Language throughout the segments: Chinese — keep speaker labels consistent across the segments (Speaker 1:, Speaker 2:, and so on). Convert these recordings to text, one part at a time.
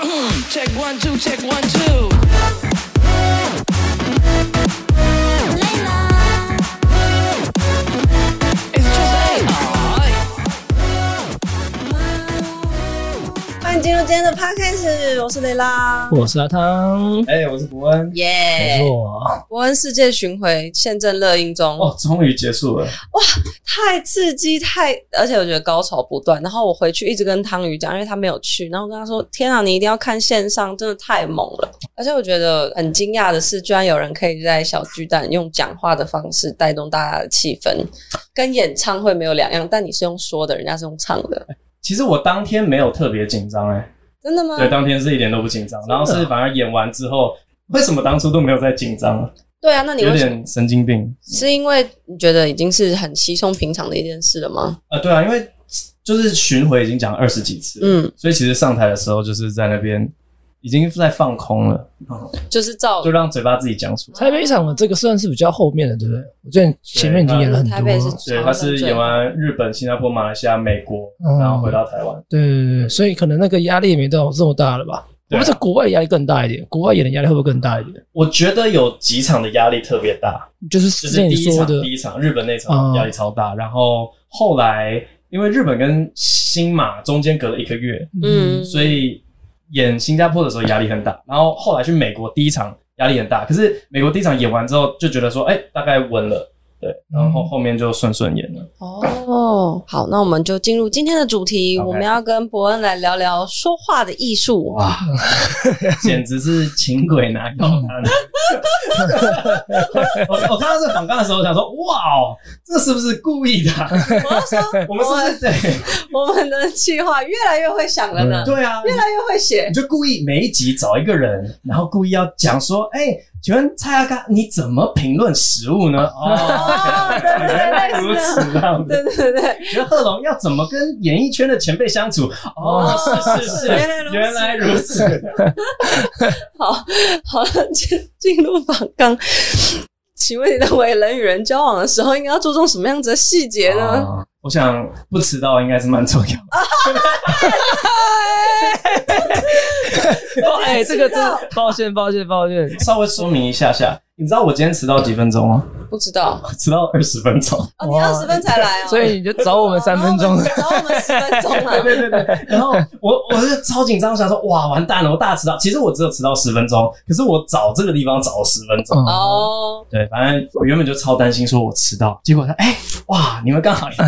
Speaker 1: Mm, check one, two, check one, two.
Speaker 2: 累了，
Speaker 1: It's just AI.
Speaker 3: 欢迎进入今天的 podcast，我是蕾拉。
Speaker 4: 我是阿啊汤，
Speaker 5: 哎、我是伯恩。
Speaker 4: 没
Speaker 3: 耶！
Speaker 4: 错，
Speaker 3: 伯恩世界巡回现正乐音中，
Speaker 5: 哦，终于结束了。
Speaker 3: 太刺激，太而且我觉得高潮不断。然后我回去一直跟汤鱼讲，因为他没有去，然后我跟他说：“天啊，你一定要看线上，真的太猛 了！”而且我觉得很惊讶的是，居然有人可以在小巨蛋用讲话的方式带动大家的气氛，跟演唱会没有两样。但你是用说的，人家是用唱的，
Speaker 5: 其实我当天没有特别紧张，哎，
Speaker 3: 真的吗？
Speaker 5: 对，当天是一点都不紧张。
Speaker 3: 啊
Speaker 5: 然后是反而演完之后，为什么当初都没有在紧张？
Speaker 3: 对啊，那你
Speaker 5: 有
Speaker 3: 为什么？
Speaker 5: 点神经病。
Speaker 3: 是因为你觉得已经是很稀松平常的一件事了吗？
Speaker 5: 啊、对啊，因为就是巡回已经讲二十几次，
Speaker 3: 嗯，
Speaker 5: 所以其实上台的时候就是在那边已经在放空了，
Speaker 3: 就是照
Speaker 5: 就让嘴巴自己讲出来。
Speaker 4: 台北场的这个算是比较后面的，对不对？我觉得前面已经演了很多啊
Speaker 3: 台北是
Speaker 4: 了，
Speaker 5: 对，他是演完日本、新加坡、马来西亚、美国，
Speaker 4: 嗯
Speaker 5: 然后回到台湾。
Speaker 4: 对对对对，所以可能那个压力也没到这么大了吧？我
Speaker 5: 对啊
Speaker 4: 们在国外压力更大一点，国外演的压力会不会更大一点？
Speaker 5: 我觉得有几场的压力特别大，
Speaker 4: 就是
Speaker 5: 就
Speaker 4: 之
Speaker 5: 是
Speaker 4: 前
Speaker 5: 第
Speaker 4: 你
Speaker 5: 一
Speaker 4: 说
Speaker 5: 场
Speaker 4: 的，啊
Speaker 5: 第一场日本那场压力超大，然后后来因为日本跟新马中间隔了一个月，
Speaker 3: 嗯，
Speaker 5: 所以演新加坡的时候压力很大，然后后来去美国第一场压力很大，可是美国第一场演完之后就觉得说，哎、大概稳了，对，
Speaker 4: 嗯
Speaker 5: 然后后面就顺顺演 了。
Speaker 3: 哦，好，那我们就进入今天的主题，
Speaker 5: OK
Speaker 3: 我们要跟伯恩来聊聊说话的艺术。
Speaker 5: 哇，简直是请鬼拿药单！我我看到这访纲的时候，我想说，哇哦，这是不是故意的啊？
Speaker 3: 我要说，
Speaker 5: 我们是不是对
Speaker 3: 我们的计划越来越会想了呢，
Speaker 5: 对啊？
Speaker 3: 越来越会写
Speaker 5: 你。就故意每一集找一个人，然后故意要讲说，哎、请问蔡阿嘎，你怎么评论食物呢？哦，
Speaker 3: 哦，对对对，
Speaker 5: 原来如
Speaker 3: 类似的，
Speaker 5: 此这样子。
Speaker 3: 对对对，
Speaker 5: 觉得贺龙要怎么跟演艺圈的前辈相处？哦，是是是，
Speaker 3: 原来如此
Speaker 5: 原来如此。
Speaker 3: 好，好了，进 进入访纲。请问你认为人与人交往的时候应该要注重什么样子的细节呢？
Speaker 5: 哦我想不迟到应该是蛮重要的。
Speaker 4: 哦，哎，这个真 的抱歉，抱歉，抱歉，
Speaker 5: 稍微说明一下下，你知道我今天迟到几分钟吗？
Speaker 3: 不知道
Speaker 5: 我迟到二十分钟。
Speaker 3: 哦，你
Speaker 4: 哇
Speaker 3: 二十分才来哦，
Speaker 4: 所以你就找我们三分 钟，
Speaker 3: 然后我们十分钟啊了。
Speaker 5: 对对对，然后我我是超紧张，想说哇完蛋了，我大迟到。其实我只有迟到十分钟，可是我找这个地方找了十分钟。
Speaker 4: 嗯
Speaker 3: 哦，
Speaker 5: 对，反正我原本就超担心说我迟到，结果他哎、哇，你们刚好
Speaker 3: 哎
Speaker 5: 也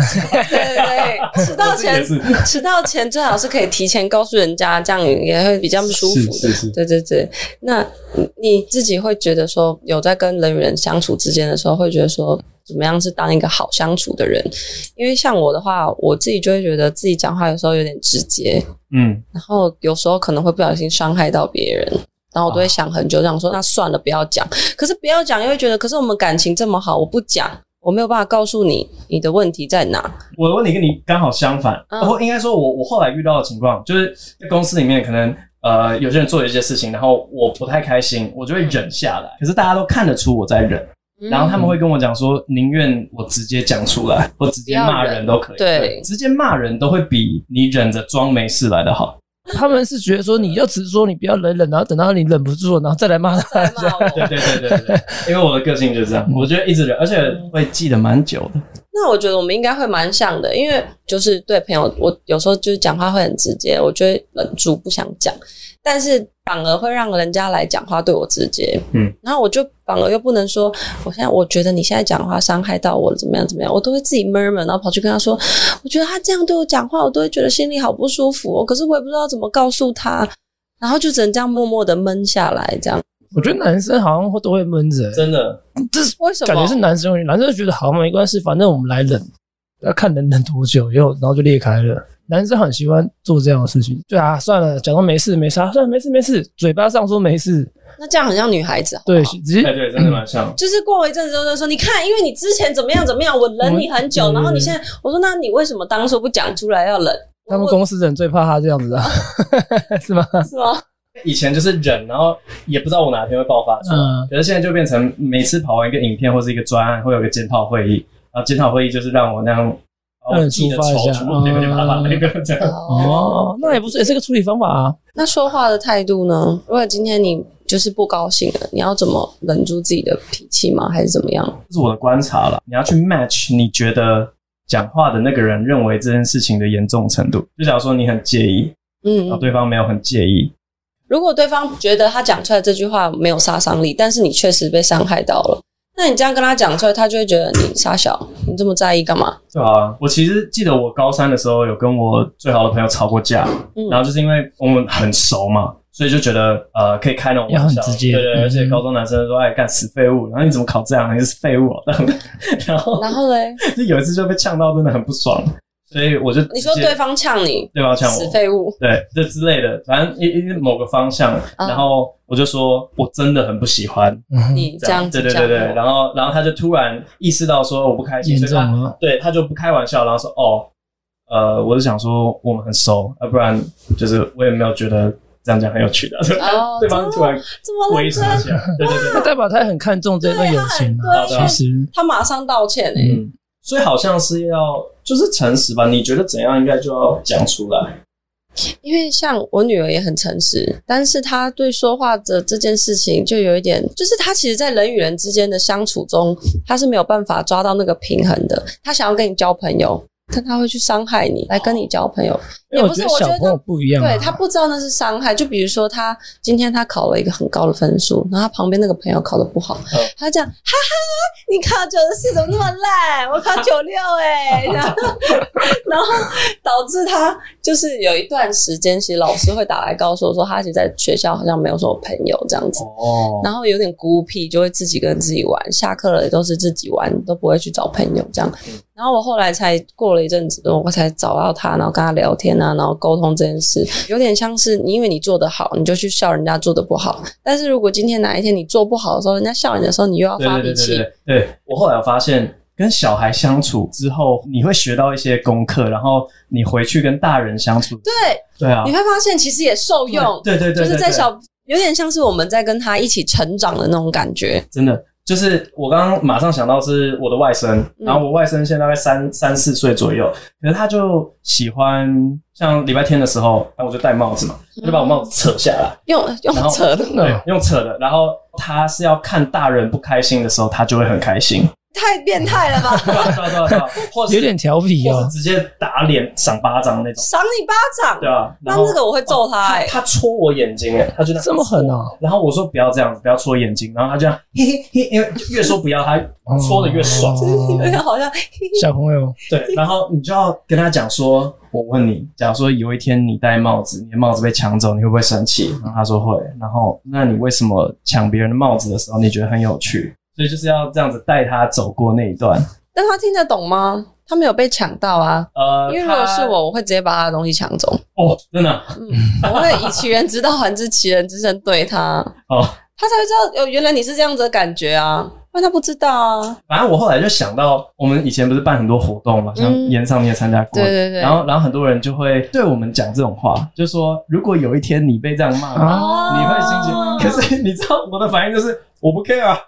Speaker 5: 迟到，
Speaker 3: 对对对，迟到前
Speaker 5: 我自己也
Speaker 3: 迟到前最好是可以提前告诉人家，这样也会比较舒服的。
Speaker 5: 是是是
Speaker 3: 对对对，那你你自己会觉得说，有在跟人与人相处之间的时候，会觉得说，怎么样是当一个好相处的人？因为像我的话，我自己就会觉得自己讲话有时候有点直接，
Speaker 5: 嗯，
Speaker 3: 然后有时候可能会不小心伤害到别人，然后我都会想很久，想说那算了，不要讲。可是不要讲，又会觉得，可是我们感情这么好，我不讲，我没有办法告诉你你的问题在哪。
Speaker 5: 我的问题跟你刚好相反，
Speaker 3: 嗯
Speaker 5: 然后应该说我我后来遇到的情况就是在公司里面可能。呃，有些人做了一些事情，然后我不太开心，我就会忍下来。可是大家都看得出我在忍，
Speaker 3: 嗯
Speaker 5: 然后他们会跟我讲说，宁愿我直接讲出来，我直接骂人都可以。
Speaker 3: 不要忍对
Speaker 5: 直接骂人都会比你忍着装没事来的好。
Speaker 4: 他们是觉得说你要直说，你不要忍忍，然后等到你忍不住了，然后再来骂他。
Speaker 3: 来骂我。
Speaker 5: 对对对对对，因为我的个性就是这样，我觉得一直忍，而且会记得蛮久的。
Speaker 3: 那我觉得我们应该会蛮像的，因为就是对朋友，我有时候就是讲话会很直接，我就会忍住不想讲，但是反而会让人家来讲话对我直接，
Speaker 5: 嗯，
Speaker 3: 然后我就反而又不能说，我现在我觉得你现在讲话伤害到我了，怎么样怎么样，我都会自己 murmur，然后跑去跟他说，我觉得他这样对我讲话，我都会觉得心里好不舒服、哦，可是我也不知道怎么告诉他，然后就只能这样默默的闷下来，这样
Speaker 4: 我觉得男生好像会都会闷着，欸
Speaker 5: 真的，
Speaker 4: 这是
Speaker 3: 为什么？
Speaker 4: 感觉是男生，男生就觉得好没关系，反正我们来忍，要看能忍多久，以后然后就裂开了。男生很喜欢做这样的事情，对啊，算了，假装没事没啥，算了没事没事，嘴巴上说没事，
Speaker 3: 那这样很像女孩子，好不啊好
Speaker 4: 对，直
Speaker 5: 哎
Speaker 4: 接
Speaker 5: 对，真的蛮像。
Speaker 3: 就是过了一阵子之后就说，你看，因为你之前怎么样怎么样，我忍你很久，
Speaker 5: 嗯
Speaker 4: 我
Speaker 3: 然后你现在，我说那你为什么当初不讲出来要忍？
Speaker 4: 他们
Speaker 3: 我
Speaker 4: 公司人最怕他这样子啊，是吗？
Speaker 3: 是吗？
Speaker 5: 以前就是忍，然后也不知道我哪天会爆发出来。
Speaker 4: 嗯
Speaker 5: 可是现在就变成每次跑完一个影片或是一个专案，会有一个检讨会议，然后检讨会议就是让我那样把我自己的
Speaker 4: 嗯让你抒发
Speaker 5: 仇
Speaker 4: 一下嗯
Speaker 5: 全部丢给爸爸那个这样。
Speaker 4: 哦，那也不是，也是个处理方法啊。
Speaker 3: 那说话的态度呢？如果今天你就是不高兴了，你要怎么忍住自己的脾气吗？还是怎么样？
Speaker 5: 这是我的观察了。你要去 match 你觉得讲话的那个人认为这件事情的严重程度。就假如说你很介意，
Speaker 3: 嗯
Speaker 5: 然，啊后对方没有很介意，
Speaker 3: 如果对方觉得他讲出来这句话没有杀伤力，但是你确实被伤害到了，那你这样跟他讲出来，他就会觉得你傻小，你这么在意干嘛？
Speaker 5: 对啊，我其实记得我高三的时候有跟我最好的朋友吵过架，
Speaker 3: 嗯
Speaker 5: 然后就是因为我们很熟嘛，所以就觉得呃可以开那种玩笑，
Speaker 4: 要很直接
Speaker 5: 对
Speaker 4: 嗯
Speaker 5: 对，而且高中男生说哎干死废物，然后你怎么考这样，你是废物、啊，这样 然后
Speaker 3: 然后嘞，
Speaker 5: 就有一次就被呛到，真的很不爽，所以我就
Speaker 3: 你说
Speaker 5: 直接
Speaker 3: 对方呛你，
Speaker 5: 对方呛我
Speaker 3: 死废物，
Speaker 5: 对，这之类的，反正一一定某个方向，
Speaker 3: 啊
Speaker 5: 然后我就说我真的很不喜欢
Speaker 4: 嗯，
Speaker 3: 你这样子
Speaker 5: 对对
Speaker 3: 讲
Speaker 5: 对对，
Speaker 3: 我，
Speaker 5: 然后然后他就突然意识到说我不开心，
Speaker 4: 严
Speaker 5: 所以
Speaker 4: 重啊
Speaker 5: 他
Speaker 4: 了。
Speaker 5: 对他就不开玩笑，然后说哦，呃，我是想说我们很熟，啊要不然就是我也没有觉得这样讲很有趣的，
Speaker 3: 哦
Speaker 5: 对方突然
Speaker 3: 怎么
Speaker 5: 微
Speaker 3: 认
Speaker 5: 笑
Speaker 3: 真？
Speaker 5: 起来，对对对
Speaker 4: 那代表他很看重这段友情啊。
Speaker 3: 对啊
Speaker 4: 其实，
Speaker 3: 他马上道歉哎、
Speaker 5: 嗯，所以好像是要就是诚实吧，你觉得怎样应该就要讲出来，
Speaker 3: 因为像我女儿也很诚实，但是她对说话的这件事情就有一点，就是她其实，在人与人之间的相处中，她是没有办法抓到那个平衡的。她想要跟你交朋友，但她会去伤害你来跟你交朋友，
Speaker 4: 因
Speaker 3: 也
Speaker 4: 为我
Speaker 3: 不
Speaker 4: 觉
Speaker 3: 是
Speaker 4: 得
Speaker 3: 我
Speaker 4: 小
Speaker 3: 觉得
Speaker 4: 朋友不一样啊，
Speaker 3: 对她不知道那是伤害。就比如说她，今天她考了一个很高的分数，然后她旁边那个朋友考的不好，
Speaker 4: 嗯
Speaker 3: 她这样哈哈，你考九十四怎么那么烂？我考九六哎， 然后然后导致他就是有一段时间，其实老师会打来告诉我说，他其实在学校好像没有什么朋友这样子，
Speaker 5: 哦
Speaker 3: 然后有点孤僻，就会自己跟自己玩，下课了也都是自己玩，都不会去找朋友这样。
Speaker 5: 嗯
Speaker 3: 然后我后来才过了一阵子，我才找到他，然后跟他聊天啊，然后沟通这件事，有点像是你因为你做得好，你就去笑人家做得不好，但是如果今天哪一天你做不好的时候，人家笑你的时候，你又要
Speaker 5: 对
Speaker 3: 发
Speaker 5: 对对
Speaker 3: 脾
Speaker 5: 对
Speaker 3: 气，
Speaker 5: 对，对我后来有发现。跟小孩相处之后，你会学到一些功课，然后你回去跟大人相处，
Speaker 3: 对，
Speaker 5: 对啊
Speaker 3: 你，会发现其实也受用，
Speaker 5: 对对对，
Speaker 3: 就是
Speaker 5: 对
Speaker 3: 在
Speaker 5: 对
Speaker 3: 小，有点像是我们在跟他一起成长的那种感觉。
Speaker 5: 真的就是我刚刚马上想到是我的外甥，
Speaker 3: 嗯
Speaker 5: 然后我外甥现在大概三三四岁左右，可是他就喜欢像礼拜天的时候，然后我就戴帽子嘛，
Speaker 3: 嗯
Speaker 5: 他就把我帽子扯下来，
Speaker 3: 用用
Speaker 5: 然后
Speaker 3: 扯的
Speaker 5: 对，用扯的，然后他是要看大人不开心的时候，他就会很开 心，
Speaker 3: 太变态了吧！
Speaker 5: 对啊对啊对啊对啊，或是
Speaker 4: 有点调皮
Speaker 5: 或是
Speaker 4: 哦。
Speaker 5: 直接打脸赏巴掌那种，
Speaker 3: 赏你巴掌，
Speaker 5: 对啊，
Speaker 3: 那
Speaker 5: 然后哦
Speaker 3: 这个我会揍他哎、
Speaker 5: 他戳我眼睛，哎，他就那样
Speaker 4: 这么狠啊
Speaker 5: 戳然后我说不要这样子，不要戳我眼睛，然后他就这样嘿嘿嘿，因为越说不要，他戳的越爽。
Speaker 4: 哦
Speaker 3: 有点 好像
Speaker 4: 小朋友，
Speaker 5: 对，然后你就要跟他讲说，我问你，假如说有一天你戴帽子，你的帽子被抢走，你会不会生气？然后他说会。然后那你为什么抢别人的帽子的时候，你觉得很有趣？所以就是要这样子带他走过那一段。
Speaker 3: 但他听得懂吗？他没有被抢到啊，
Speaker 5: 呃，
Speaker 3: 因为如果
Speaker 5: 他
Speaker 3: 是我，我会直接把他的东西抢走。
Speaker 5: 哦，真的
Speaker 3: 嗯，我会以其人之道还治其人之身，对他，
Speaker 5: 哦，
Speaker 3: 他才会知道哦，原来你是这样子的感觉啊，不然他不知道啊。
Speaker 5: 反正我后来就想到，我们以前不是办很多活动嘛，像
Speaker 3: 嗯
Speaker 5: 岩上你也参加过，
Speaker 3: 对对对
Speaker 5: 然后然后很多人就会对我们讲这种话，就说如果有一天你被这样骂，
Speaker 4: 啊！
Speaker 5: 你会心情。
Speaker 3: 哦
Speaker 5: 可是你知道我的反应就是我不 care 啊，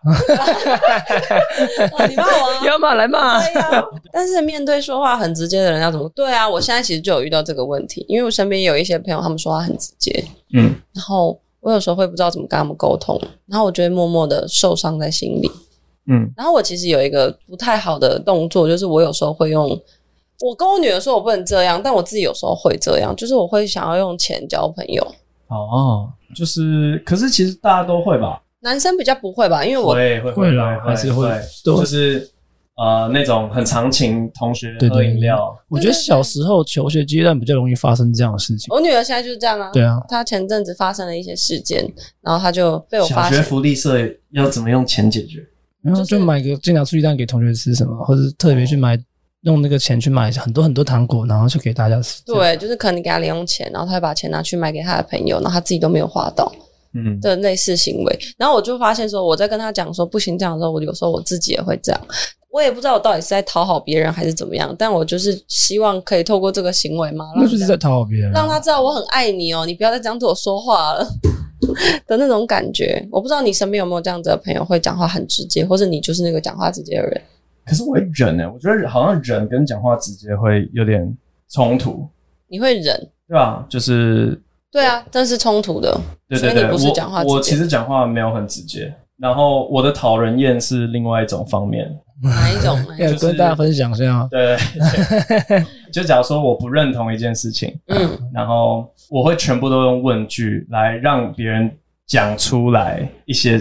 Speaker 3: 哦你骂我 啊
Speaker 4: 要骂来骂
Speaker 3: 对呀、但是面对说话很直接的人要怎么？对啊，我现在其实就有遇到这个问题，因为我身边有一些朋友，他们说话很直接，
Speaker 5: 嗯，
Speaker 3: 然后我有时候会不知道怎么跟他们沟通，然后我就会默默的受伤在心里。
Speaker 5: 嗯，
Speaker 3: 然后我其实有一个不太好的动作，就是我有时候会用，我跟我女儿说我不能这样，但我自己有时候会这样，就是我会想要用钱交朋友。
Speaker 5: 哦，就是，可是其实大家都会吧？
Speaker 3: 男生比较不会吧，因为我
Speaker 5: 会会
Speaker 4: 会啦还是会都
Speaker 5: 就是呃那种很常请同学
Speaker 4: 对对
Speaker 5: 喝
Speaker 4: 对
Speaker 5: 饮料，
Speaker 4: 我觉得小时候求学阶段比较容易发生这样的事情。
Speaker 3: 我女儿现在就是这样啊。
Speaker 4: 对啊，
Speaker 3: 她前阵子发生了一些事件，然后她就被我
Speaker 5: 小
Speaker 3: 发
Speaker 5: 学
Speaker 3: 现，
Speaker 5: 福利社要怎么用钱解决？
Speaker 4: 然后
Speaker 3: 就是
Speaker 4: 就买个经常出去蛋给同学吃什么，或者特别去买用那个钱去买很多很多糖果，然后就给大家吃。这样，
Speaker 3: 对，就是可能你给她零用钱，然后她会把钱拿去买给她的朋友，然后她自己都没有花到。
Speaker 5: 嗯，
Speaker 3: 的类似行为。然后我就发现说，我在跟他讲说不行这样的时候，我有时候我自己也会这样。我也不知道我到底是在讨好别人还是怎么样，但我就是希望可以透过这个行为嘛，让
Speaker 4: 那就是在讨好别人啊。
Speaker 3: 让他知道我很爱你哦，你不要再这样对我说话了 的那种感觉。我不知道你身边有没有这样子的朋友，会讲话很直接，或者你就是那个讲话直接的人。
Speaker 5: 可是我会忍呢、欸我觉得好像忍跟讲话直接会有点冲突，
Speaker 3: 你会忍？
Speaker 5: 对吧？就是
Speaker 3: 对啊，但是冲突 的。
Speaker 5: 对
Speaker 3: 所以
Speaker 5: 对
Speaker 3: 你
Speaker 5: 对，
Speaker 3: 不是讲话直
Speaker 5: 我我
Speaker 3: 接
Speaker 5: 其实讲话没有很直接，然后我的讨人厌是另外一种方面。
Speaker 3: 哪一种？啊
Speaker 4: 要
Speaker 5: 就是
Speaker 4: 哎跟大家分享一下，啊
Speaker 5: 对，对 就假如说我不认同一件事情，
Speaker 3: 嗯，
Speaker 5: 然后我会全部都用问句来让别人讲出来一些，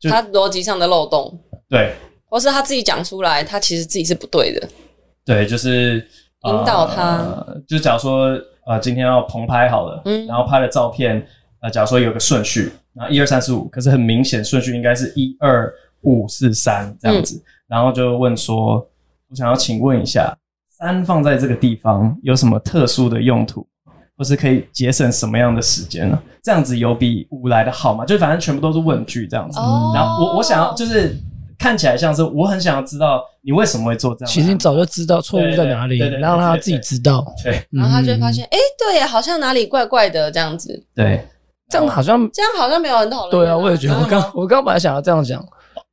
Speaker 5: 就
Speaker 3: 他逻辑上的漏洞，
Speaker 5: 对
Speaker 3: 或是他自己讲出来，他其实自己是不对的。
Speaker 5: 对，就是
Speaker 3: 引导他
Speaker 5: 呃就假如说呃，今天要棚拍好了，
Speaker 3: 嗯
Speaker 5: 然后拍的照片，呃，假如说有个顺序，然后一二三四五，可是很明显顺序应该是一二五四三这样
Speaker 3: 嗯
Speaker 5: 子，然后就问说，我想要请问一下，三放在这个地方有什么特殊的用途？或是可以节省什么样的时间呢？这样子有比五来的好吗？就反正全部都是问句这样子。
Speaker 3: 哦
Speaker 5: 嗯然后我我想要就是看起来像是我很想要知道你为什么会做这样的安排。
Speaker 4: 其实你早就知道错误在哪里，
Speaker 5: 对对对对对
Speaker 4: 让他自己知道。
Speaker 5: 对
Speaker 4: 嗯
Speaker 3: 然后他就会发现，哎、对耶，好像哪里怪怪的这样子，
Speaker 5: 对，
Speaker 4: 这样好像
Speaker 3: 这样好像没有人讨论。
Speaker 4: 对啊，我也觉得我
Speaker 3: 真的吗
Speaker 4: 刚我刚本来想要这样讲，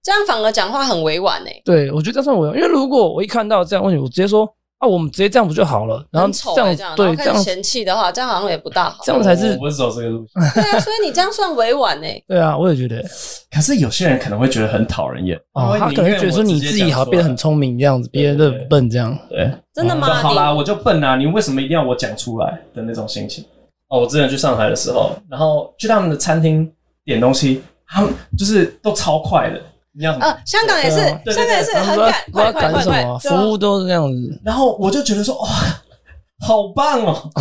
Speaker 3: 这样反而讲话很委婉诶、
Speaker 4: 对我觉得这算我有，因为如果我一看到这样问题，我直接说啊，我们直接这样不就好了？然后
Speaker 3: 很丑
Speaker 4: 这
Speaker 3: 欸
Speaker 4: 样
Speaker 3: 这样，然
Speaker 4: 对
Speaker 3: 后
Speaker 4: 这
Speaker 3: 开始
Speaker 4: 样
Speaker 3: 嫌弃的话，这样好像也不大好。
Speaker 4: 这样才是
Speaker 5: 哦我不是走这个路线。
Speaker 3: 对啊，所以你这样算委婉诶、
Speaker 4: 对啊，我也觉得
Speaker 5: 可是有些人可能会觉得很讨人厌，
Speaker 4: 哦，他可能觉得说你自己好像变得很聪明这样子，别人都很笨这样。
Speaker 5: 对，
Speaker 3: 真的吗？
Speaker 5: 说哦好啦，
Speaker 3: 你
Speaker 5: 我就笨啊，你为什么一定要我讲出来的那种心情？哦，我之前去上海的时候，然后去他们的餐厅点东西，他们就是都超快的，你要什么？
Speaker 3: 呃，香港也是，
Speaker 5: 对对对
Speaker 3: 香港也是
Speaker 4: 他们
Speaker 3: 很
Speaker 4: 说
Speaker 3: 赶，
Speaker 4: 不知
Speaker 3: 快
Speaker 4: 道
Speaker 3: 快
Speaker 4: 赶
Speaker 3: 快
Speaker 4: 什
Speaker 3: 快
Speaker 4: 么，，
Speaker 3: 对啊
Speaker 4: 服务都是这样子。
Speaker 5: 然后我就觉得说，哇、 好棒哦，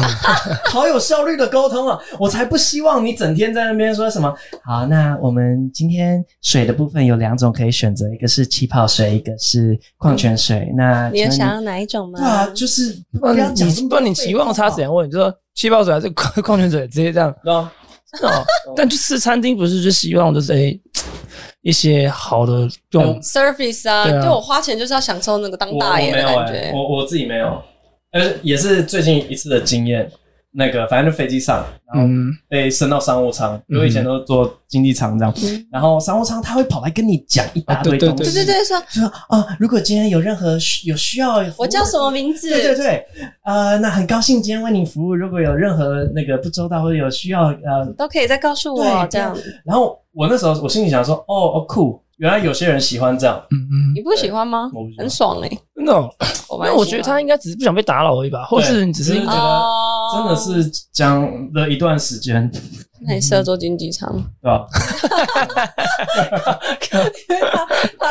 Speaker 5: 好有效率的沟通啊！我才不希望你整天在那边说什么。好，那我们今天水的部分有两种可以选择，一个是气泡水，一个是矿泉水。那
Speaker 3: 你有
Speaker 5: 请问
Speaker 3: 想要哪一种吗？
Speaker 5: 对啊，就是不
Speaker 4: 不
Speaker 5: 要
Speaker 4: 然
Speaker 5: 讲这
Speaker 4: 你
Speaker 5: 么多
Speaker 4: 不然你期望他怎
Speaker 5: 样？
Speaker 4: 样问？你就说气泡水还是矿 矿泉水，直接这样。
Speaker 5: 对啊
Speaker 4: 哦，但去吃餐厅不是就希望就是哎、一些好的用
Speaker 3: Surface 啊，
Speaker 4: 对啊
Speaker 3: 对我花钱就是要享受那个当
Speaker 5: 我
Speaker 3: 大爷的
Speaker 5: 我
Speaker 3: 感
Speaker 5: 没有
Speaker 3: 觉
Speaker 5: 欸。我我自己没有，呃，也是最近一次的经验。那个反正就飞机上，然后
Speaker 4: 嗯
Speaker 5: 被升到商务舱，因为我以前都是坐经济舱这样，然后商务舱他会跑来跟你讲一大堆
Speaker 4: 啊对对
Speaker 5: 东西，
Speaker 4: 对
Speaker 3: 嗯对对对，说
Speaker 5: 就说啊，如果今天有任何需有需要，
Speaker 3: 我叫什么？名字？
Speaker 5: 对对对，呃，那很高兴今天为您服务。如果有任何那个不周到或者有需要，呃，
Speaker 3: 都可以再告诉我
Speaker 5: 对
Speaker 3: 这样。
Speaker 5: 然后我那时候我心里想说，哦，哦酷，原来有些人喜欢这样。
Speaker 4: 嗯嗯
Speaker 3: 你，不喜欢吗
Speaker 5: 我不喜？欢
Speaker 3: 很爽哎，
Speaker 4: 真的哦、
Speaker 3: 我蛮
Speaker 4: 那我觉得
Speaker 3: 喜欢
Speaker 4: 他应该只是不想被打扰而已吧，或是你只是
Speaker 5: 对就是真
Speaker 3: 哦
Speaker 5: 的是讲了一段时间，
Speaker 3: 那你适合做经济舱。
Speaker 5: 对吧？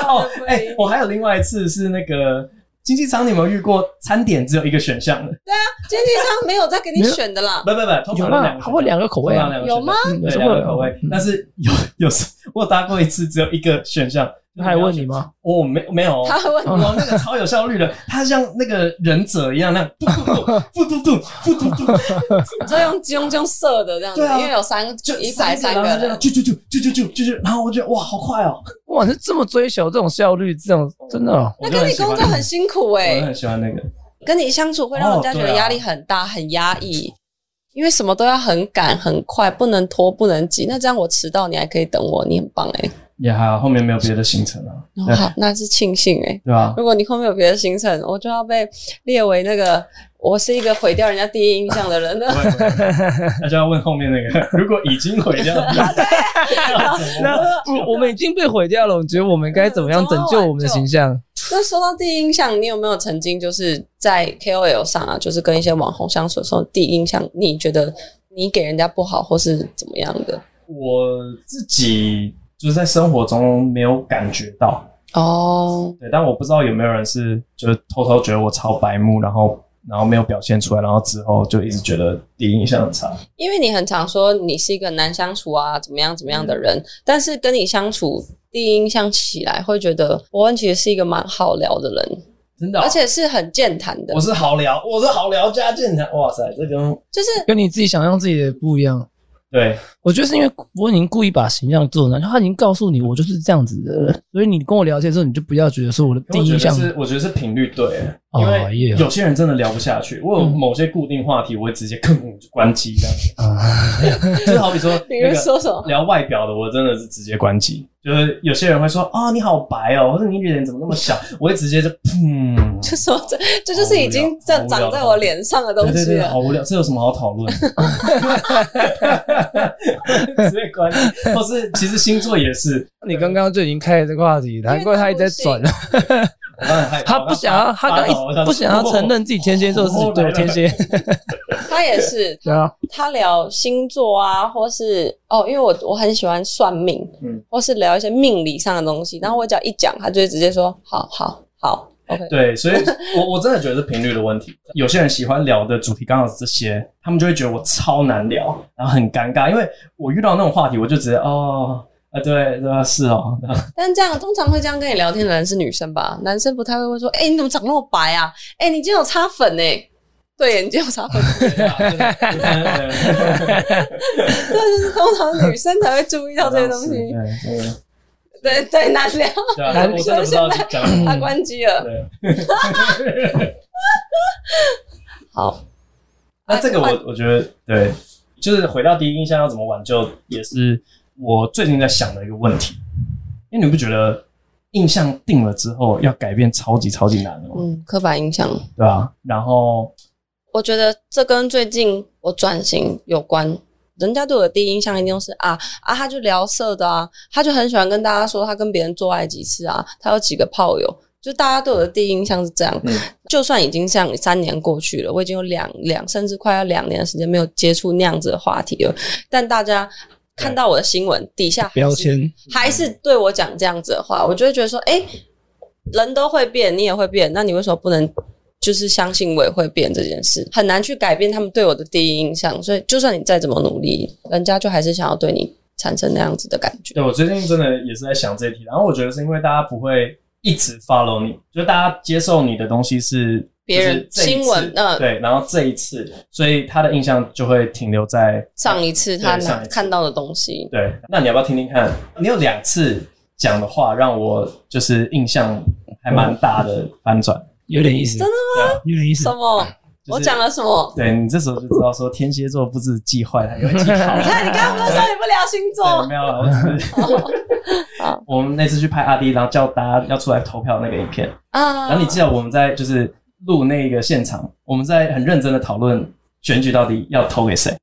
Speaker 5: 哦，哎、我还有另外一次是那个经济舱，你有没有遇过餐点只有一个选项的？
Speaker 3: 经济舱没有再给你选的啦
Speaker 5: 不，不不，通
Speaker 4: 有
Speaker 5: 常都
Speaker 4: 啦
Speaker 5: 两，个选项，
Speaker 4: 还会两个口味
Speaker 5: 通常
Speaker 4: 啊，
Speaker 5: 两个
Speaker 3: 有
Speaker 5: 选项
Speaker 3: 吗？
Speaker 4: 嗯有
Speaker 5: 对，
Speaker 4: 时
Speaker 5: 两
Speaker 4: 候
Speaker 5: 个口味。但
Speaker 4: 嗯
Speaker 5: 是有 有时我搭过一次，只有一个选项。
Speaker 4: 他还问你吗？
Speaker 5: 哦，没没有哦，
Speaker 3: 他会问
Speaker 5: 哇，
Speaker 3: 你
Speaker 5: 那个超有效率的，他像那个忍者一样，那样嘟嘟嘟嘟嘟嘟嘟嘟，
Speaker 3: 你说用用用射的这样子，
Speaker 5: 对啊
Speaker 3: 因为有三
Speaker 5: 就
Speaker 3: 一排三个
Speaker 5: 然后就这
Speaker 3: 人，
Speaker 5: 样啾啾啾啾啾啾啾啾，然后我觉得哇，好快哦！
Speaker 4: 哇，是这么追求这种效率，这种真的哦、
Speaker 3: 那跟你工作很辛苦
Speaker 5: 我
Speaker 3: 哎
Speaker 5: 就，很喜欢那个，
Speaker 3: 跟你相处会让人家觉
Speaker 5: 哦
Speaker 3: 得
Speaker 5: 对啊
Speaker 3: 压力很大，很压抑。因为什么都要很赶、很快，不能拖、不能急。那这样我迟到，你还可以等我，你很棒哎、
Speaker 5: 也还好，后面没有别的行程了，
Speaker 3: 哦好，那是庆幸哎、
Speaker 5: 对吧？
Speaker 3: 如果你后面有别的行程，我就要被列为那个我是一个毁掉人家第一印象的 人了。
Speaker 5: 不会不 会那就要问后面那个，如果已经毁 掉了，
Speaker 3: 啊
Speaker 5: 要怎么办
Speaker 4: 那不，我们已经被毁掉了，你觉得我们该怎么样拯救我们的形象？
Speaker 3: 那说到第一印象，你有没有曾经就是在 KOL 上啊，就是跟一些网红相处的时候，第一印象你觉得你给人家不好，或是怎么样的？
Speaker 5: 我自己就是在生活中没有感觉到，
Speaker 3: 哦，
Speaker 5: 对，但我不知道有没有人是就是偷偷觉得我超白目，然后然后没有表现出来，然后之后就一直觉得第一印象很差。
Speaker 3: 因为你很常说你是一个很难相处啊，怎么样怎么样的人，
Speaker 5: 嗯
Speaker 3: 但是跟你相处第一印象起来，会觉得伯恩其实是一个蛮好聊的人，
Speaker 5: 真的哦
Speaker 3: 而且是很健谈的
Speaker 5: 啊我，是好聊，我是好聊加健谈，哇塞，这跟
Speaker 3: 就是
Speaker 4: 跟你自己想象自己的不一样。
Speaker 5: 对
Speaker 4: 我觉得是因为我已经故意把形象做成，他已经告诉你我就是这样子的人，所以你跟我聊天的时候，你就不要觉得说我的
Speaker 5: 可
Speaker 4: 第一
Speaker 5: 我
Speaker 4: 印
Speaker 5: 觉得
Speaker 4: 象
Speaker 5: 是我觉得是频率对，
Speaker 4: 哦
Speaker 5: 因
Speaker 4: 也
Speaker 5: 为
Speaker 4: 有
Speaker 5: 有些人真的聊不下去。我有
Speaker 4: 嗯
Speaker 5: 某些固定话题，我会直接吭就 关机这样子，
Speaker 4: 啊，
Speaker 5: 就是好比说
Speaker 3: 比如
Speaker 5: 那个
Speaker 3: 说什么
Speaker 5: 聊外表的，我真的是直接关机。就是有些人会说啊、你好白哦，或者你脸怎么那么小，我会直接就嗯砰，
Speaker 3: 就说这这就是已经
Speaker 5: 好无聊
Speaker 3: 在长在我脸上的东
Speaker 5: 对对
Speaker 3: 西
Speaker 5: 对，
Speaker 3: 了
Speaker 5: 好。无聊，这有什么好讨论？直接关掉，或是其实星座也是，
Speaker 4: 你刚刚就已经开了这个话题，难怪他一直在转了。
Speaker 5: 我刚才害怕
Speaker 4: 他不想要，他刚一不想要承认自己天蝎座是对我天。蝎，
Speaker 3: 他也是，
Speaker 4: 对啊，
Speaker 3: 他聊星座啊，或是哦，因为我我很喜欢算命，
Speaker 5: 嗯
Speaker 3: 或是聊一些命理上的东西。然后我只要一讲，他就会直接说好好好，OK，
Speaker 5: 对，所以我我真的觉得是频率的问题。有些人喜欢聊的主题刚好是这些，他们就会觉得我超难聊，然后很尴尬，因为我遇到那种话题，我就直接哦。啊，对，对啊，是哦，
Speaker 3: 但这样通常会这样跟你聊天的人是女生吧？男生不太会问说，哎、你怎么长那么白啊？哎、你今天有擦粉呢、对耶，你今天有擦粉。 对，就是通常女生才会注意到这些 东西。
Speaker 5: 对
Speaker 3: 对对，难聊，
Speaker 5: 对，对，我真的不 知道讲什
Speaker 3: 他
Speaker 5: 么。
Speaker 3: 关机了。
Speaker 5: 对，
Speaker 3: 好，
Speaker 5: 那这个我我觉得对，就是回到第一印象要怎么挽救，也是我最近在想的一个问题。因为你不觉得印象定了之后要改变超级超级难的吗？
Speaker 3: 嗯，刻板印象，
Speaker 5: 对吧、然后
Speaker 3: 我觉得这跟最近我转型有关。人家对我的第一印象一定都是啊啊，他就聊色的啊，他就很喜欢跟大家说他跟别人做爱几次啊，他有几个炮友，就大家对我的第一印象是这样。
Speaker 5: 嗯
Speaker 3: 就算已经像三年过去了，我已经有两两甚至快要两年的时间没有接触那样子的话题了，但大家看到我的新闻底下还是
Speaker 4: 标签
Speaker 3: 还是对我讲这样子的话，我就会觉得说，哎、人都会变，你也会变，那你为什么不能就是相信我也会变这件事？很难去改变他们对我的第一印象，所以就算你再怎么努力，人家就还是想要对你产生那样子的感觉。
Speaker 5: 对我最近真的也是在想这一题，然后我觉得是因为大家不会一直 follow 你，就是大家接受你的东西是
Speaker 3: 别人
Speaker 5: 就是这一次
Speaker 3: 新闻嗯
Speaker 5: 对，然后这一次，所以他的印象就会停留在
Speaker 3: 上一次他
Speaker 5: 对上一次
Speaker 3: 看到的东西，
Speaker 5: 对，那你要不要听听看？你有两次讲的话让我就是印象还蛮大的翻转。啊
Speaker 4: 有点意思，真的吗？有点意思
Speaker 3: 什。么？ 嗯
Speaker 5: 就是
Speaker 3: 我讲了什么？
Speaker 5: 对你这时候就知道说天蝎座不是记坏了，也会 记好。
Speaker 3: 你看，你刚刚不是说你不聊星
Speaker 5: 对，
Speaker 3: 座？
Speaker 5: 没有了，我只是
Speaker 3: 哦
Speaker 5: 我们那次去拍阿弟，然后叫大家要出来投票那个影片，
Speaker 3: 啊
Speaker 5: 然后你记得我们在就是录那个现场，我们在很认真的讨论选举到底要投给谁，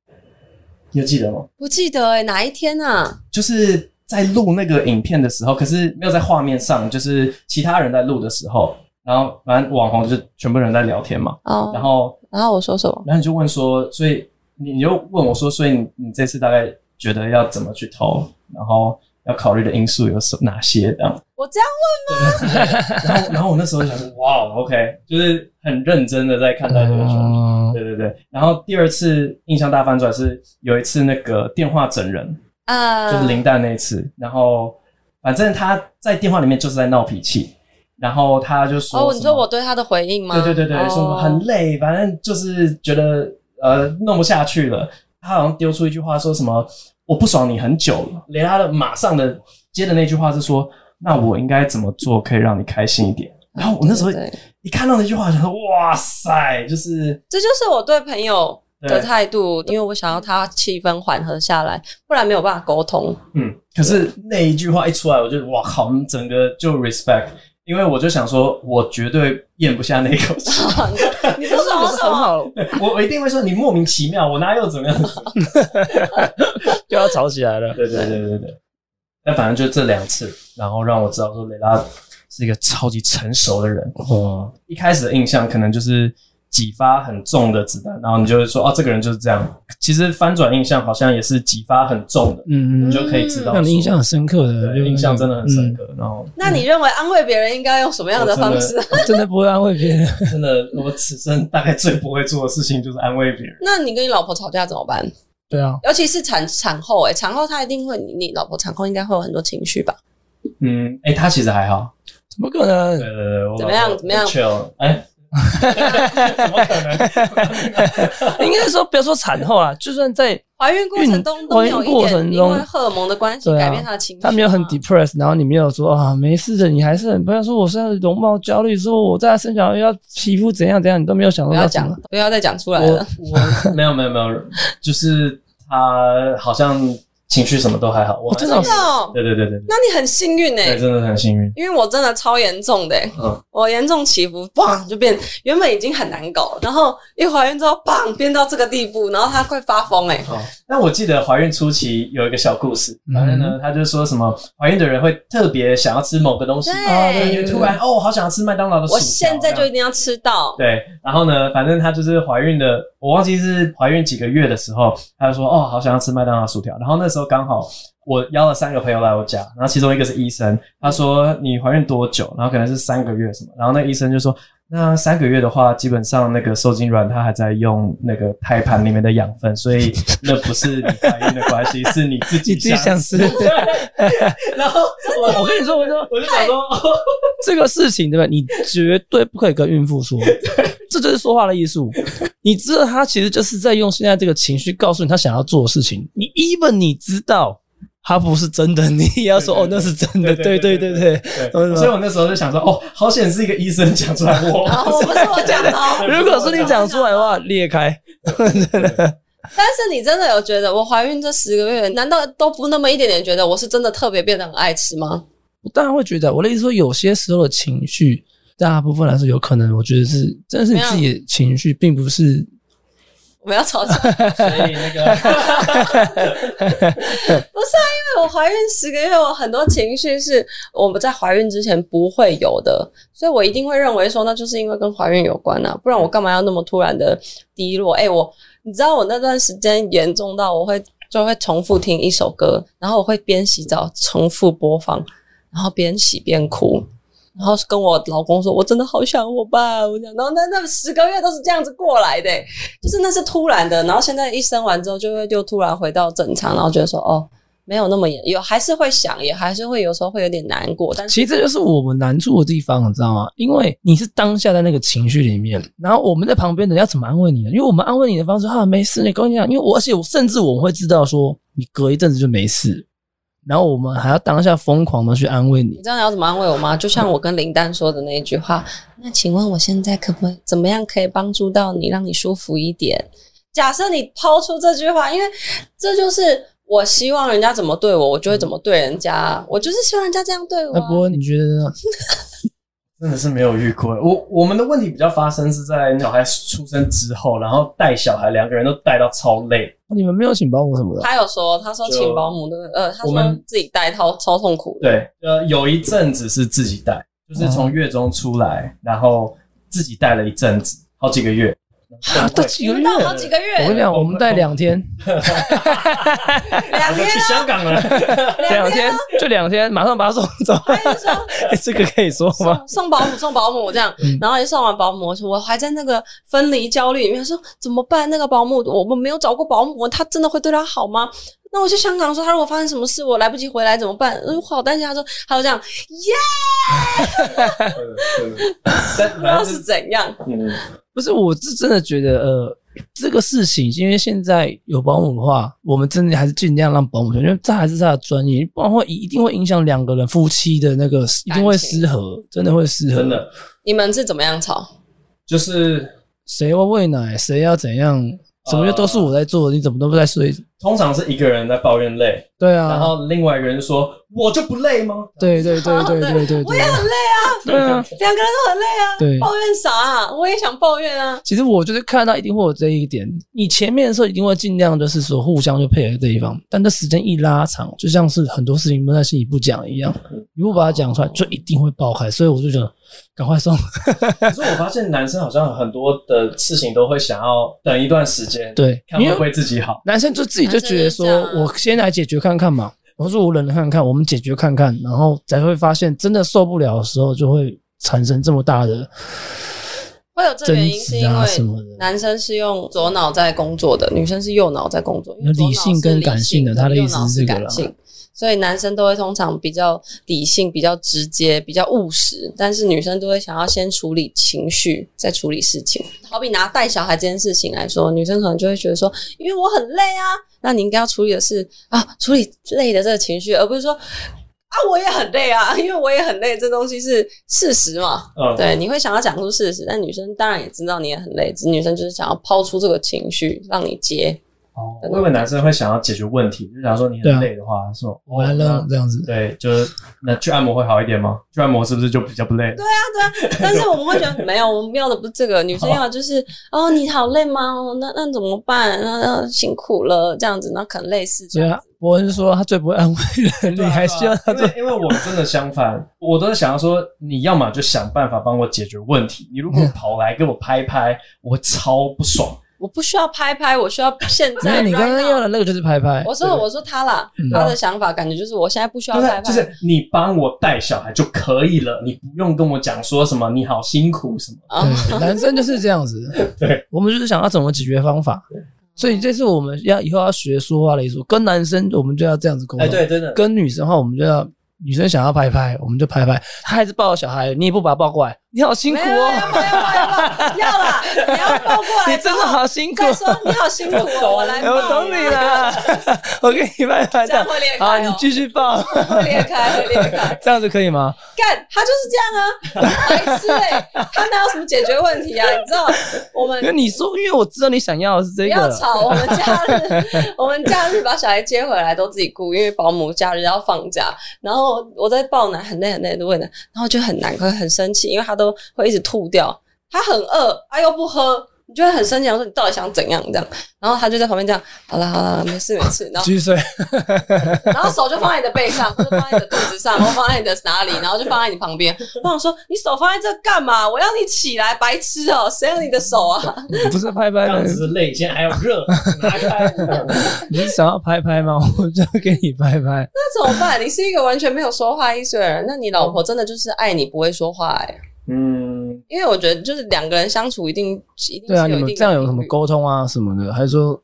Speaker 5: 你有记得吗？
Speaker 3: 不记得哎、哪一天啊？
Speaker 5: 就是在录那个影片的时候，可是没有在画面上，就是其他人在录的时候，然后反正网红就是全部人在聊天嘛，
Speaker 3: 哦，
Speaker 5: 然后
Speaker 3: 然后我说什么？
Speaker 5: 然后你就问说，所以你你就问我说，所以你你这次大概觉得要怎么去投，然后要考虑的因素有什哪些这样？
Speaker 3: 我这样
Speaker 5: 然后然 后我那时候就想说，哇，OK，就是很认真的在看待这个选举。
Speaker 4: 嗯，
Speaker 5: 对对对，然后第二次印象大翻转是有一次那个电话整人，
Speaker 3: 啊，
Speaker 5: 就是林丹那一次，然后反正他在电话里面就是在闹脾气，然后他就说
Speaker 3: 哦，
Speaker 5: 什
Speaker 3: 你
Speaker 5: 么
Speaker 3: 说我对他的回应吗？
Speaker 5: 对对对对，
Speaker 3: 哦
Speaker 5: 说什么很累，反正就是觉得呃弄不下去了，他好像丢出一句话说什么我不爽你很久了，雷拉的马上的接的那句话是说那我应该怎么做可以让你开心一点？然后我那时候
Speaker 3: 对对对
Speaker 5: 一看到那句话，我想说哇塞，就是
Speaker 3: 这就是我对朋友的
Speaker 5: 对
Speaker 3: 态度，因为我想要他气氛缓和下来，不然没有办法沟通。
Speaker 5: 嗯，可是那一句话一出来，我就哇靠，我们整个就 respect，因为我就想说，我绝对咽不下那一口气，
Speaker 3: 你不是我什
Speaker 4: 很
Speaker 3: 么？
Speaker 4: 好，
Speaker 5: 我我一定会说你莫名其妙，我哪有怎么样？
Speaker 4: 又要吵起来了。
Speaker 5: 对对对对对。但反正就这两次，然后让我知道说雷拉是一个超级成熟的人。
Speaker 4: 哦，
Speaker 5: 一开始的印象可能就是几发很重的子弹，然后你就会说哦，这个人就是这样。其实翻转印象好像也是几发很重的，
Speaker 4: 嗯
Speaker 5: 你
Speaker 4: 嗯，
Speaker 5: 就可以知道说。
Speaker 4: 让你印象很深刻的，就
Speaker 5: 对
Speaker 4: 是
Speaker 5: 印象真的很深
Speaker 4: 嗯
Speaker 5: 刻。然后
Speaker 3: 那你认为安慰别人应该用什么样的方式
Speaker 5: 我？
Speaker 4: 真的不会安慰别人。
Speaker 5: 真的，我此生大概最不会做的事情就是安慰别人。
Speaker 3: 那你跟你老婆吵架怎么办？
Speaker 4: 对啊，
Speaker 3: 尤其是产产后、欸，哎，产后她一定会，你你老婆产后应该会有很多情绪吧？
Speaker 5: 嗯，哎、他其实还好。
Speaker 4: 怎么可能
Speaker 5: 对？对对，我
Speaker 3: 怎么样怎么样
Speaker 5: c h 哎，怎么可能？
Speaker 4: 应该说不要说产后啊，就算在
Speaker 3: 怀孕过程中都没有
Speaker 4: 怀孕
Speaker 3: 一
Speaker 4: 过
Speaker 3: 点
Speaker 4: 程
Speaker 3: 因
Speaker 4: 中
Speaker 3: 为荷尔蒙的关系
Speaker 4: 对啊
Speaker 3: 改变她的情绪吗，
Speaker 4: 他没有很 depressed，然后你没有说啊没事的，你还是很不要说我现在容貌焦虑，说我在生小孩要皮肤怎样怎样，你都没有想
Speaker 3: 不
Speaker 4: 到
Speaker 3: 要
Speaker 4: 要什
Speaker 3: 讲
Speaker 4: 么。，
Speaker 3: 不要再讲出来
Speaker 5: 我
Speaker 3: 了。
Speaker 5: 我没有没有没有，就是他好像情绪什么都还好。我还
Speaker 4: 真的哦
Speaker 3: 真的哦
Speaker 5: 对对对对对
Speaker 3: 那你很幸运哎、
Speaker 5: 对，真的很幸运。
Speaker 3: 因为我真的超严重的、欸，
Speaker 5: 嗯
Speaker 3: 我严重起伏，砰就变，原本已经很难搞了，然后一怀孕之后，砰变到这个地步，然后她快发疯哎、欸，
Speaker 5: 哦，那我记得怀孕初期有一个小故事，反正呢，他就说什么怀孕的人会特别想要吃某个东西，
Speaker 4: 啊对
Speaker 5: 因为突然哦，好想要吃麦当劳的薯条，
Speaker 3: 我现在
Speaker 5: 这
Speaker 3: 就一
Speaker 5: 样
Speaker 3: 定要吃到，
Speaker 5: 对，然后呢，反正她就是怀孕的，我忘记是怀孕几个月的时候，她就说哦，好想要吃麦当劳薯条。然后那时候刚好我邀了三个朋友来我家，然后其中一个是医生，他说你怀孕多久？然后可能是三个月什么，然后那医生就说。那三个月的话，基本上那个受精卵它还在用那个胎盘里面的养分，所以那不是你怀孕的关系，是你自 己
Speaker 4: 你自己想吃。
Speaker 5: 然后我
Speaker 4: 我跟你说，我说
Speaker 5: 我就想说，哦
Speaker 4: 这个事情，对不对？你绝对不可以跟孕妇说，这就是说话的艺术。你知道他其实就是在用现在这个情绪告诉你他想要做的事情。你 even 你知道他不是真的，你也要说
Speaker 5: 对
Speaker 4: 哦，那是真的。
Speaker 5: 对
Speaker 4: 对
Speaker 5: 对
Speaker 4: 对
Speaker 5: 对
Speaker 4: 对对。懂
Speaker 5: 对
Speaker 4: 了吗
Speaker 5: 所以我那时候就想说，哦，好险是一个医生讲出来我，
Speaker 3: 然 后啊我不是我讲的哦，
Speaker 4: 如果是你讲出来的话，裂开。
Speaker 3: 但是你真的有觉得我怀孕这十个月，难道都不那么一点点觉得我是真的特别变得很爱吃吗？
Speaker 4: 我当然会觉得，我的意思说，有些时候的情绪，大部分来说有可能，我觉得是真的是你自己的情绪，并不是
Speaker 3: 我们要吵架， 因
Speaker 5: 所以 那个
Speaker 3: 为我怀孕十个月，我很多情绪是我们在怀孕之前不会有的，所以我一定会认为说，那就是因为跟怀孕有关啊，不然我干嘛要那么突然的低落？哎、我你知道我那段时间严重到我会就会重复听一首歌，然后我会边洗澡重复播放，然后边洗边哭。然后跟我老公说，我真的好想我爸，啊我讲，然后那那十个月都是这样子过来的、就是那是突然的，然后现在一生完之后就会又突然回到正常，然后觉得说哦，没有那么严，有还是会想，也还是会有时候会有点难过，但是
Speaker 4: 其实这就是我们难处的地方，你知道吗？因为你是当下在那个情绪里面，然后我们在旁边的人要怎么安慰你呢？因为我们安慰你的方式，哈、啊，没事，你跟你讲，因为我而且我甚至我们会知道说，你隔一阵子就没事，然后我们还要当下疯狂的去安慰你
Speaker 3: 你。知道你要怎么安慰我吗？就像我跟林丹说的那一句话，那请问我现在可不可以怎么样可以帮助到你，让你舒服一点？假设你抛出这句话，因为这就是我希望人家怎么对我，我就会怎么对人家啊，我就是希望人家这样对我
Speaker 4: 那
Speaker 3: 啊、
Speaker 4: 不过你觉得呢？
Speaker 5: 真的是没有遇过。我我们的问题比较发生是在小孩出生之后，然后带小孩，两个人都带到超累。
Speaker 4: 你们没有请保姆什么的？
Speaker 3: 他有说，他说
Speaker 5: 就
Speaker 3: 请保姆的，呃，他
Speaker 5: 我
Speaker 3: 说
Speaker 5: 们
Speaker 3: 自己带套超痛苦的。
Speaker 5: 对，呃，有一阵子是自己带，就是从月中出来，然后自己带了一阵子，好几个月。
Speaker 4: 啊，都几
Speaker 3: 你
Speaker 4: 个
Speaker 3: 们
Speaker 4: 月
Speaker 3: 到好几个月
Speaker 4: 我，跟你讲，我们带两天，
Speaker 3: 两
Speaker 5: 我
Speaker 3: 啊天
Speaker 5: 去香港 了，
Speaker 4: 两天哦就两天，马上把他送走。
Speaker 3: 他就说
Speaker 4: 哎这个可以说吗？
Speaker 3: 送 送保姆，送保姆这样，
Speaker 4: 嗯
Speaker 3: 然后一送完保姆，我还在那个分离焦虑里面说怎么办？那个保姆我们没有找过保姆，他真的会对他好吗？那我去香港说，他如果发生什么事，我来不及回来怎么办？呃我好担心。他说，他就这样，耶，
Speaker 5: 对对对但
Speaker 3: 不知道
Speaker 5: 反
Speaker 3: 是
Speaker 5: 正
Speaker 3: 怎样。
Speaker 5: 嗯
Speaker 4: 不是，我是真的觉得，呃，这个事情，因为现在有保姆的话，我们真的还是尽量让保姆去，因为这还是他的专业，不然会一定会影响两个人夫妻的那个，一定会失和，真的会失和。
Speaker 5: 真，的
Speaker 3: 你们是怎么样吵？
Speaker 5: 就是
Speaker 4: 谁要喂奶，谁要怎样，什么就都是我在做，你怎么都不在睡？
Speaker 5: 通常是一个人在抱怨累，
Speaker 4: 对啊，
Speaker 5: 然后另外一个人说：“我就不累吗
Speaker 4: 对对对对对对
Speaker 3: 我
Speaker 4: 对
Speaker 3: 也，很累啊，
Speaker 4: 对
Speaker 3: 两
Speaker 4: 啊，
Speaker 3: 个人都很累啊，
Speaker 4: 对
Speaker 3: 抱怨啥、啊？我也想抱怨啊。
Speaker 4: 其实我就是看到一定会有这一点，你前面的时候一定会尽量就是说互相就配合对方，但这时间一拉长，就像是很多事情闷在心里不讲一样，你不把它讲出来，就一定会爆开。所以我就觉得赶 快送，？”
Speaker 5: 可是我发现男生好像很多的事情都会想 要等一段时间，，
Speaker 4: 对，
Speaker 5: 看
Speaker 4: 因
Speaker 5: 会不
Speaker 4: 为
Speaker 5: 会自己好。
Speaker 4: 男生就自己就觉得说
Speaker 3: 男生就是这样啊啊
Speaker 4: 我先来解决看看嘛，我说我忍了看看，我们解决看看，然后才会发现真的受不了的时候就会产生这么大的
Speaker 3: 会有这
Speaker 4: 争
Speaker 3: 原因是
Speaker 4: 执
Speaker 3: 因
Speaker 4: 啊
Speaker 3: 为
Speaker 4: 什么的。
Speaker 3: 男生是用左脑在工作的，女生是右脑在工作。因为左脑
Speaker 4: 理性跟感性的
Speaker 3: 是理
Speaker 4: 他的
Speaker 3: 右
Speaker 4: 意思
Speaker 3: 脑
Speaker 4: 是
Speaker 3: 是
Speaker 4: 这个啦
Speaker 3: 感性，所以男生都会通常比较理性、比较直接、比较务实，但是女生都会想要先处理情绪，再处理事情。好比拿带小孩这件事情来说，女生可能就会觉得说，因为我很累啊，那你应该要处理的是啊，处理累的这个情绪，而不是说。啊，我也很累啊，因为我也很累，这东西是事实嘛。
Speaker 5: 嗯，
Speaker 3: 对，你会想要讲出 事实，但女生当然也知道你也很累，只是女生就是想要抛出这个情绪让你接。
Speaker 5: 哦，我以为男生会想要解决问题，就假如说你
Speaker 4: 对啊
Speaker 5: 很累的话，说哦
Speaker 4: 完了这样子
Speaker 5: 那，对，就是那去按摩会好一点吗？去按摩是不是就比较不累？
Speaker 4: 啊
Speaker 5: 对，
Speaker 3: 但是我们会觉得没有，我们要的不是这个，女生要的就是哦，你好累吗？哦那那怎么办？那那辛苦了，这样子，那可能类似这
Speaker 4: 所以
Speaker 3: 样。
Speaker 4: 啊伯恩说他最不会安慰人，你
Speaker 5: 啊
Speaker 4: 还需要他
Speaker 5: 对
Speaker 4: 做
Speaker 5: 啊？因为因为我真的相反，我都是想要说，你要么就想办法帮我解决问题，你如
Speaker 4: 嗯
Speaker 5: 果跑来给我拍拍，我超不爽。
Speaker 3: 我不需要拍拍，我需要现
Speaker 4: 没有，
Speaker 3: 在。
Speaker 4: 你刚刚 要的。那个就是拍 拍，
Speaker 3: 我说我说他啦
Speaker 4: 嗯，
Speaker 3: 他的想法感觉就是我现在不需要
Speaker 5: 就是
Speaker 3: 拍拍，
Speaker 5: 就是你帮我带小孩就可以了，你不用跟我讲说什么你好辛苦什么。
Speaker 3: 啊
Speaker 4: 对，男生就是这样子。
Speaker 5: 对，
Speaker 4: 我们就是想要怎么解决方法，所以这是我们要以后要学说话的艺术。跟男生我们就要这样子沟通，，
Speaker 5: 真的
Speaker 4: 跟女哎生的话我们就要。女生想要拍拍，我们就拍拍；她还是抱着小孩，你也不把她抱过来，你好辛苦
Speaker 3: 没有没有没有
Speaker 4: 哦，
Speaker 3: 没有要啦，你要抱过来，
Speaker 4: 你真的好辛苦
Speaker 3: 再。说你好辛苦哦，我来
Speaker 4: 哎
Speaker 3: 抱，
Speaker 4: 我懂你， 啦，我给你拍拍
Speaker 3: 这样
Speaker 4: 的。
Speaker 3: 会裂
Speaker 4: 好，
Speaker 3: 开
Speaker 4: 你
Speaker 3: 哦，
Speaker 4: 继续抱，
Speaker 3: 会裂开会裂开，
Speaker 4: 这样子可以吗？
Speaker 3: 干，他就是这样啊，白痴哎，他哪有什么解决问题啊？你知道我们
Speaker 4: 因为你说，因为我知道你想要的是
Speaker 3: 不
Speaker 4: 这
Speaker 3: 要
Speaker 4: 个，
Speaker 3: 吵，我们假日我们假日把小孩接回来都自己顾，因为保姆假日要放假。然后我在抱奶，很累很累的喂奶，然后就很难过，很生气，因为他都会一直吐掉。他很饿，他又不喝，你就会很生气，我说你到底想怎样这样？然后他就在旁边这样，好了好了，没事没事。然后
Speaker 4: 继续睡。
Speaker 3: 然后手就放在你的背上，或者放在你的肚子上，或放在你的哪里，然后就放在你旁边。我想说，你手放在这干嘛？我要你起来，白痴哦、谁要你的手啊？
Speaker 4: 不是拍拍的，
Speaker 5: 累，现在还要热，拿开。
Speaker 4: 你是想要拍拍吗？ 我就给你拍拍。
Speaker 3: 那怎么办？你是一个完全没有说话艺术的人，那你老婆真的就是爱你不会说话哎、
Speaker 5: 嗯，
Speaker 3: 因为我觉得就是两个人相处一定一定
Speaker 4: 对啊，
Speaker 3: 是
Speaker 4: 你
Speaker 3: 有一定的
Speaker 4: 们这样有什
Speaker 3: 频
Speaker 4: 么
Speaker 3: 率？
Speaker 4: 沟通啊什么的？还是说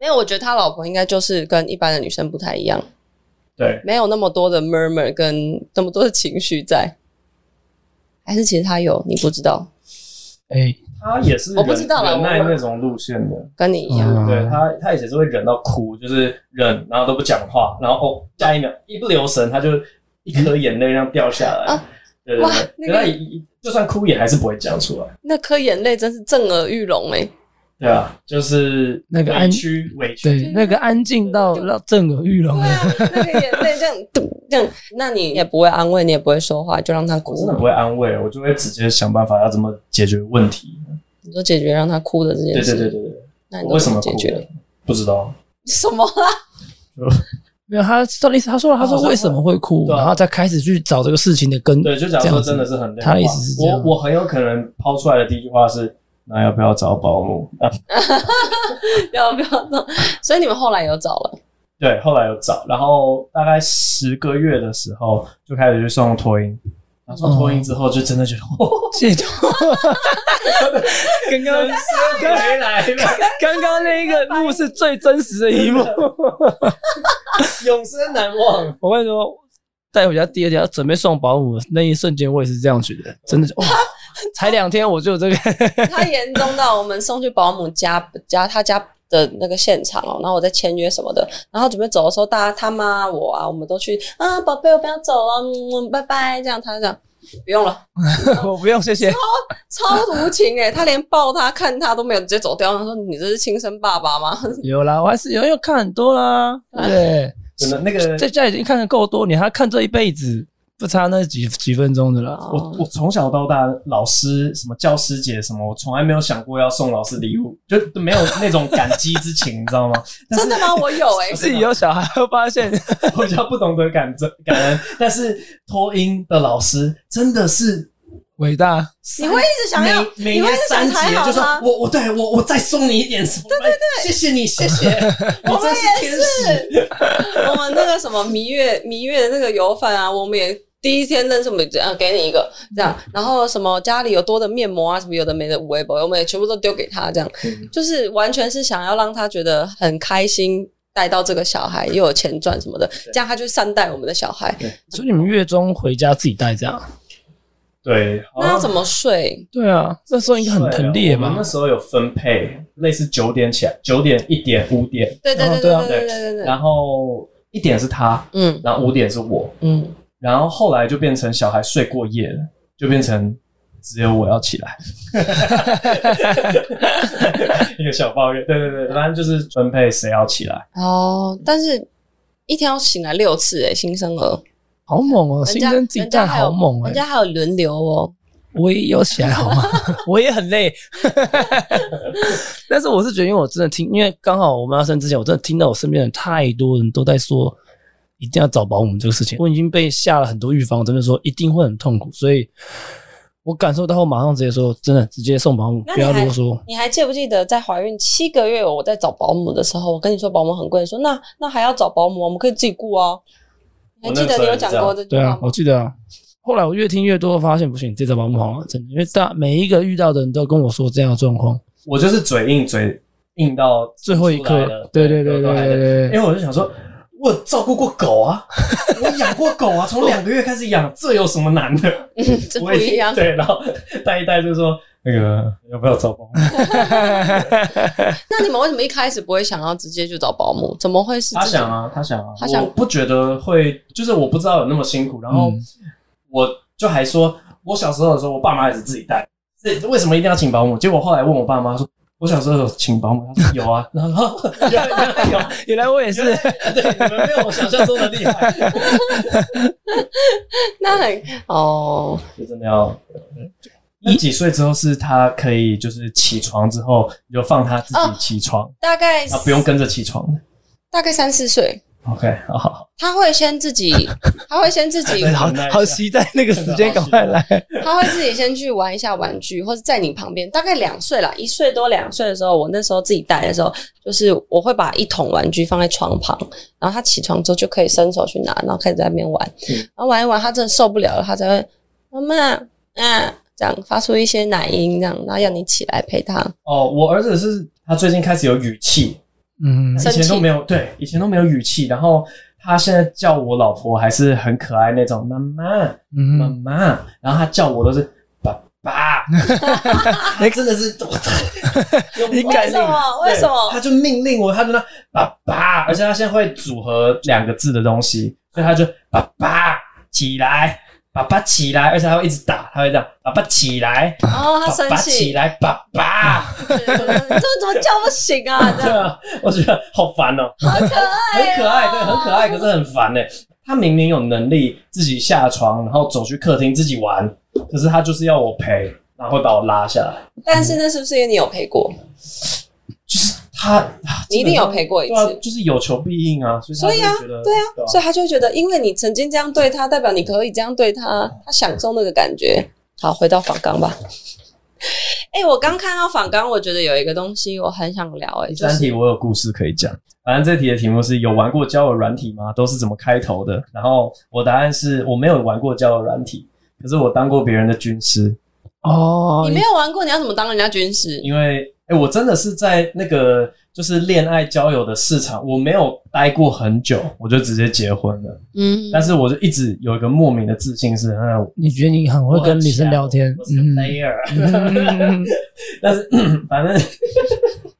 Speaker 3: 没有，我觉得他老婆应该就是跟一般的女生不太一样，
Speaker 5: 对，
Speaker 3: 没有那么多的 murmur 跟那么多的情绪在。还是其实他有，你不知道，
Speaker 4: 哎，
Speaker 5: 他也是
Speaker 3: 我不知道啦
Speaker 5: 忍耐
Speaker 3: 我
Speaker 5: 那种路线的。
Speaker 3: 跟你一样。
Speaker 4: 嗯
Speaker 5: 对他，他以前是会忍到哭，就是忍，然后都不讲话，然后哦，下一秒一不留神，他就一颗眼泪这样掉下来。
Speaker 3: 啊
Speaker 5: 对对
Speaker 3: 哇
Speaker 5: 对，
Speaker 3: 那
Speaker 5: 可
Speaker 3: 个
Speaker 5: 他一一就算哭也还是不会讲出来。
Speaker 3: 那颗眼泪真是震耳欲聋哎、
Speaker 5: 对啊，就是
Speaker 4: 那个安
Speaker 5: 委屈委屈。
Speaker 4: 对，那个安静到让震耳欲聋
Speaker 3: 啊对
Speaker 4: 的，
Speaker 3: 啊，那个眼泪这样嘟这样，那你也不会安慰，你也不会说话，就让他
Speaker 5: 我真的
Speaker 3: 哭。
Speaker 5: 不会安慰，我就会直接想办法要怎么解决问题。
Speaker 3: 你说解决让他哭的这件
Speaker 5: 对
Speaker 3: 事，
Speaker 5: 对对对对，
Speaker 3: 那你
Speaker 5: 我
Speaker 3: 都
Speaker 5: 为什
Speaker 3: 怎
Speaker 5: 么
Speaker 3: 解
Speaker 5: 哭
Speaker 3: 决？
Speaker 5: 了？不知道。
Speaker 3: 什么啦？
Speaker 4: 没有他到底他说了，他说为什么会哭，
Speaker 5: 对啊
Speaker 4: 然后再开始去找这个事情的根。
Speaker 5: 对，就假
Speaker 4: 这
Speaker 5: 如
Speaker 4: 样
Speaker 5: 说
Speaker 4: 子
Speaker 5: 真的是很累话，
Speaker 4: 他的意思是这样
Speaker 5: 我我很有可能抛出来的第一句话是：那要不要找保姆？啊，
Speaker 3: 要不要弄？所以你们后来有找了，
Speaker 5: 对，后来有找，然后大概十个月的时候就开始去送托婴。然后送托婴之后，就真的觉得， 哦，
Speaker 4: 谢 谢。刚刚
Speaker 5: 回来了，
Speaker 4: 刚刚那一个幕是最真实的一幕，
Speaker 5: 永生难 忘。
Speaker 4: 我跟你说。带回家第二天要准备送保姆那一瞬间，我也是这样觉得，真的哇！ 才两天我就有这个，
Speaker 3: 他严重到我们送去保姆家家他家的那个现场哦，然后我在签约什么的，然后准备走的时候，大家他妈我啊，我们都去啊，宝贝，我不要走了，嗯，嗯拜拜，这样他就这样不用了，
Speaker 4: 我不用谢谢。
Speaker 3: 超无情哎、他连抱他看他都没有，直接走掉，他说你这是亲生爸爸吗？
Speaker 4: 有啦，我还是有，因为看很多啦，对
Speaker 5: 真的，那
Speaker 4: 不
Speaker 5: 个
Speaker 4: 对？在家已经看的够多，你还看这一辈子，不差那几几分钟的啦。
Speaker 3: 哦
Speaker 5: 我我从小到大，老师什么教师节什么，我从来没有想过要送老师礼物，就没有那种感激之情，你知道吗？但
Speaker 3: 真
Speaker 5: 是
Speaker 3: 的 吗？我有哎、
Speaker 4: 自己有小孩会发现，
Speaker 5: 我比较不懂得感恩感恩，但是托音的老师真的是
Speaker 4: 伟大，
Speaker 3: 你会一直想要，
Speaker 5: 每每
Speaker 3: 你会
Speaker 5: 年
Speaker 3: 一直
Speaker 5: 三
Speaker 3: 想
Speaker 5: 节
Speaker 3: 讨好
Speaker 5: 就说
Speaker 3: 他，
Speaker 5: 我我对我我再送你一点什么，对对对，谢谢你谢 谢，你真是天使，
Speaker 3: 我们那个什么蜜月蜜月的那个油饭啊，我们也第一天认识，我们这样给你一个这样，然后什么家里有多的面膜啊，什么有的没的五味博，我们也全部都丢给他，这样就是完全是想要让他觉得很开心。带到这个小孩又有钱赚什么的，这样他就善待我们的小孩。
Speaker 4: 所以你们月中回家自己带这样？
Speaker 5: 对，
Speaker 3: 那要怎么睡？
Speaker 4: 对啊，那时候应该很很烈
Speaker 5: 我们
Speaker 4: 吧
Speaker 5: 那？时候有分配，类似九点起来，九点、一点、五点，
Speaker 3: 对对
Speaker 4: 哦
Speaker 3: 对
Speaker 4: 对啊
Speaker 3: 对对对对对。
Speaker 5: 然后一点是他，
Speaker 3: 嗯
Speaker 5: 然后五点是我，
Speaker 3: 嗯，
Speaker 5: 然后后来就变成小孩睡过夜了，就变成只有我要起来。 一个小抱怨，对对对，反正就是分配谁要起来。
Speaker 4: 嗯
Speaker 3: 哦，但是一天要醒来六次哎、新生儿，
Speaker 4: 好猛哦、
Speaker 3: 人
Speaker 4: 新
Speaker 3: 家
Speaker 4: 生自己
Speaker 3: 人家
Speaker 4: 带
Speaker 3: 还有
Speaker 4: 好猛哎、
Speaker 3: 人家还有轮流哦。
Speaker 4: 我也有起来好吗？我也很累， 但是我是觉得，因为我真的听，因为刚好我们要生之前，我真的听到我身边的太多人都在说，一定要找保姆这个事情。我已经被下了很多预防针，的说一定会很痛苦，所以我感受到后，马上直接说，真的直接送保姆，
Speaker 3: 那
Speaker 4: 不
Speaker 3: 你
Speaker 4: 要
Speaker 3: 还
Speaker 4: 啰嗦。
Speaker 3: 你还记不记得在怀孕七个月，我在找保姆的时候，我跟你说保姆很贵，你说那那还要找保姆，我们可以自己雇啊。你还记得你有讲过这句
Speaker 4: 对
Speaker 3: 话
Speaker 4: 啊
Speaker 3: 吗，？
Speaker 4: 我记得啊。后来我越听越多，发现不行，这找保姆好了，真的，因为大每一个遇到的人都跟我说这样的状况，
Speaker 5: 我就是嘴硬，嘴硬到
Speaker 4: 最后一
Speaker 5: 出来
Speaker 4: 刻
Speaker 5: 了，
Speaker 4: 对对对对
Speaker 5: 都都还
Speaker 4: 对
Speaker 5: 在
Speaker 4: 对
Speaker 5: 因为我就想说，我有照顾过狗 啊，我养过狗啊，从两个月开始养，这有什么难的？
Speaker 3: 这不
Speaker 5: 我也
Speaker 3: 一样。
Speaker 5: 对，然后带一带就说那个要不要找保姆？
Speaker 3: 那你们为什么一开始不会想要直接就找保姆？怎么会是
Speaker 5: 他
Speaker 3: 自己
Speaker 5: 想啊，他想啊，
Speaker 3: 他想
Speaker 5: 我不觉得会，就是我不知道有那么辛苦。然后
Speaker 4: 嗯
Speaker 5: 我就还说，我小时候的时候，我爸妈也是自己带，这为什么一定要请保姆？结果后来问我爸妈说，我小时候有请保姆，他说有啊，然后 说原来原来有，
Speaker 4: 原来我也
Speaker 5: 原来对，你们没有我想象中的厉害，
Speaker 3: 那很哦，
Speaker 5: 就真的要。那几岁之后是他可以就是起床之后，你就放他自
Speaker 3: 哦
Speaker 5: 己起床，
Speaker 3: 大概
Speaker 5: 他啊不用跟着起床的。
Speaker 3: 大概三四岁，
Speaker 5: OK，好好好，
Speaker 3: 他会先自己，他会先自 己，
Speaker 4: 好
Speaker 5: 忍耐一 下
Speaker 4: 好期待那个时间赶快来。
Speaker 3: 他会自己先去玩一下玩具， 或者在你旁边。大概两岁啦，一岁多两岁的时候，我那时候自己带的时候，就是我会把一桶玩具放在床旁，然后他起床之后就可以伸手去拿，然后开始在那边玩，
Speaker 5: 嗯
Speaker 3: 然后玩一玩，他真的受不了了，他才会妈妈啊这样发出一些奶音，这样，然后要你起来陪 他。
Speaker 5: 哦，我儿子是他最近开始有语气，
Speaker 4: 嗯，
Speaker 5: 以前都没有对，以前都没有语气，然后他现在叫我老婆还是很可爱那种，妈妈妈
Speaker 4: 嗯，
Speaker 5: 妈，然后他叫我都是爸 爸，他真的是 用
Speaker 4: 你
Speaker 5: 命
Speaker 4: 感
Speaker 3: 为什
Speaker 5: 令。
Speaker 3: 么？
Speaker 5: 对
Speaker 3: 为什么
Speaker 5: 他？就命令我，他就那爸爸，而且他现在会组合两个字的东西，所以他就爸爸起来，爸爸起来，而且他会一直打，他会这样，爸爸起来，
Speaker 3: 哦，他
Speaker 5: 爸
Speaker 3: 生
Speaker 5: 爸起
Speaker 3: 气，
Speaker 5: 来，爸爸，
Speaker 3: 对对对对你这怎么叫不醒啊？这
Speaker 5: 对
Speaker 3: 样
Speaker 5: 啊，我觉得好烦哦、
Speaker 3: 好可
Speaker 5: 很
Speaker 3: 爱哦，
Speaker 5: 可爱，对，很可爱，可是很烦哎、他明明有能力自己下床，然后走去客厅自己玩，可是他就是要我陪，然后会把我拉下来。
Speaker 3: 但是那是不是因为你有陪过？
Speaker 5: 他啊
Speaker 3: 你一定有陪过一
Speaker 5: 对啊
Speaker 3: 次，，
Speaker 5: 就是有求必应啊，所以
Speaker 3: 所以啊
Speaker 5: 他就觉得
Speaker 3: 对啊
Speaker 5: 对啊，
Speaker 3: 所以他就会觉得，因为你曾经这样对他，代表你可以这样对他，他享受那个感觉。好，回到访纲吧。哎、我刚看到访纲，我觉得有一个东西我很想聊、哎，
Speaker 5: 第
Speaker 3: 就
Speaker 5: 三
Speaker 3: 是
Speaker 5: 题我有故事可以讲。反正这题的题目是有玩过交友软体吗？都是怎么开头的？然后我答案是我没有玩过交友软体，可是我当过别人的军师，
Speaker 4: 哦
Speaker 3: 你，没有玩过，你要怎么当人家军师？
Speaker 5: 因为哎、我真的是在那个就是恋爱交友的市场，我没有待过很久，我就直接结婚了。
Speaker 3: 嗯，
Speaker 5: 但是我就一直有一个莫名的自信是，嗯，
Speaker 4: 你觉得你很会跟女生聊天
Speaker 5: 我？是个
Speaker 4: 嗯
Speaker 5: player，、
Speaker 4: 嗯
Speaker 5: 但是 反正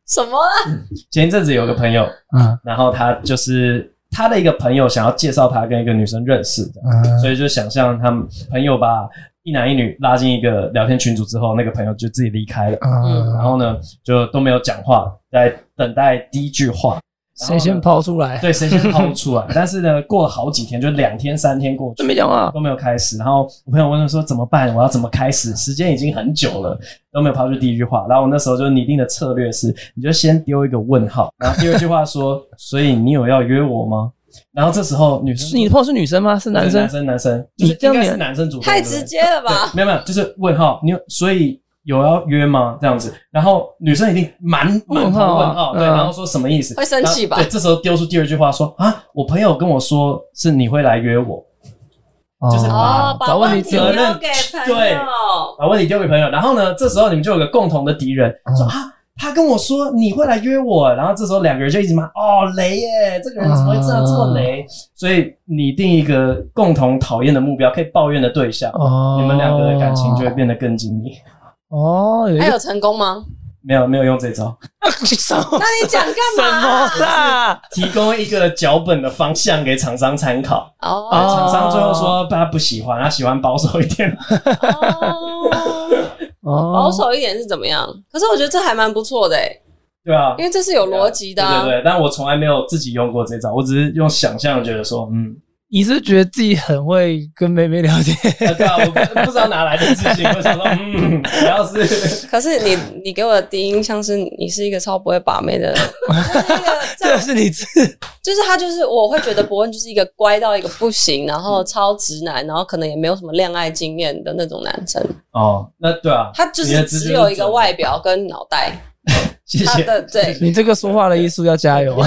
Speaker 3: 什么啊啦？
Speaker 5: 前一阵子有个朋友，
Speaker 4: 嗯
Speaker 5: 然后他就是他的一个朋友想要介绍他跟一个女生认识，这样
Speaker 4: 嗯，
Speaker 5: 所以就想象他们朋友把一男一女拉进一个聊天群组之后，那个朋友就自己离开了，然
Speaker 4: 嗯，
Speaker 5: 后呢就都没有讲话，在等待第一句话。然后
Speaker 4: 谁
Speaker 5: 呢
Speaker 4: 先抛出来？
Speaker 5: 对，谁先抛出来？ 但是呢，过了好几天，就两天、三天过去，
Speaker 4: 都没讲话
Speaker 5: 都没有开始。然后我朋友问我说怎么办？我要怎么开始？时间已经很久了，都没有抛出第一句话。然后我那时候就拟定的策略是，你就先丢一个问号，然后第二句话说，所以你有要约我吗？然后这时候女生
Speaker 4: 是你的 p 是女生吗？是男
Speaker 5: 男
Speaker 4: 生
Speaker 5: 男？生男生，就
Speaker 4: 你
Speaker 5: 是
Speaker 4: 这样
Speaker 5: 应该
Speaker 4: 连
Speaker 5: 是男生主动，
Speaker 3: 太
Speaker 5: 对不对
Speaker 3: 直接了吧？
Speaker 5: 对，没有没有，就是问号，你有所以有要约吗？这样子，然后女生一定满满头
Speaker 4: 问号啊
Speaker 5: 问号，对，
Speaker 4: 嗯
Speaker 5: 然后说什么意思？
Speaker 3: 会生气吧
Speaker 5: 然后对，这时候丢出第二句话说啊，我朋友跟我说是你会来约我，就是
Speaker 3: 哦，把
Speaker 4: 找问题
Speaker 3: 题
Speaker 4: 点
Speaker 5: 责任
Speaker 3: 丢给朋
Speaker 5: 对
Speaker 3: 友。
Speaker 5: 把啊问题丢给朋友，然后呢，这时候你们就有个共同的敌人，说
Speaker 4: 嗯
Speaker 5: 啊。他跟我说你会来约我，然后这时候两个人就一直骂哦雷耶，这个人怎么会这样这么
Speaker 4: 哦
Speaker 5: 雷？所以你定一个共同讨厌的目标，可以抱怨的对象，
Speaker 4: 哦，
Speaker 5: 你们两个的感情就会变得更紧密。
Speaker 4: 哦，有一
Speaker 3: 还
Speaker 4: 个
Speaker 3: 有成功吗？
Speaker 5: 没有没有用这招，
Speaker 4: 什么
Speaker 3: 那你讲干
Speaker 4: 什
Speaker 3: 嘛？
Speaker 4: 么啦？
Speaker 5: 提供一个脚本的方向给厂商参考。
Speaker 3: 哦
Speaker 4: 啊
Speaker 5: 厂商最后说他不喜欢，他喜欢保守一点。
Speaker 3: 哦，
Speaker 4: 哦，
Speaker 3: 保守一点是怎么样？可是我觉得这还蛮不错的哎，
Speaker 5: 对啊
Speaker 3: 因，为这是有逻辑的啊
Speaker 5: 对。对对，但我从来没有自己用过这招，我只是用想象觉得说，嗯，
Speaker 4: 你是觉得自己很会跟妹妹聊 天？
Speaker 5: 啊对啊，我不不知道哪来的自信，我想说，嗯，我 要是
Speaker 3: 可是你 你给我的第一印象是你是一个超不会把妹的人，
Speaker 4: 这个是你自
Speaker 3: 就是他就是我会觉得伯恩就是一个乖到一个不行，然后超直男，然后可能也没有什么恋爱经验的那种男生，
Speaker 5: 哦，那对啊，
Speaker 3: 他就
Speaker 5: 你的
Speaker 3: 是
Speaker 5: 直觉
Speaker 3: 只有一
Speaker 5: 准
Speaker 3: 个
Speaker 5: 的
Speaker 3: 外表跟脑袋，
Speaker 5: 谢
Speaker 3: 他
Speaker 5: 谢，
Speaker 3: 的对，
Speaker 4: 你这个说话的艺术要加油啊！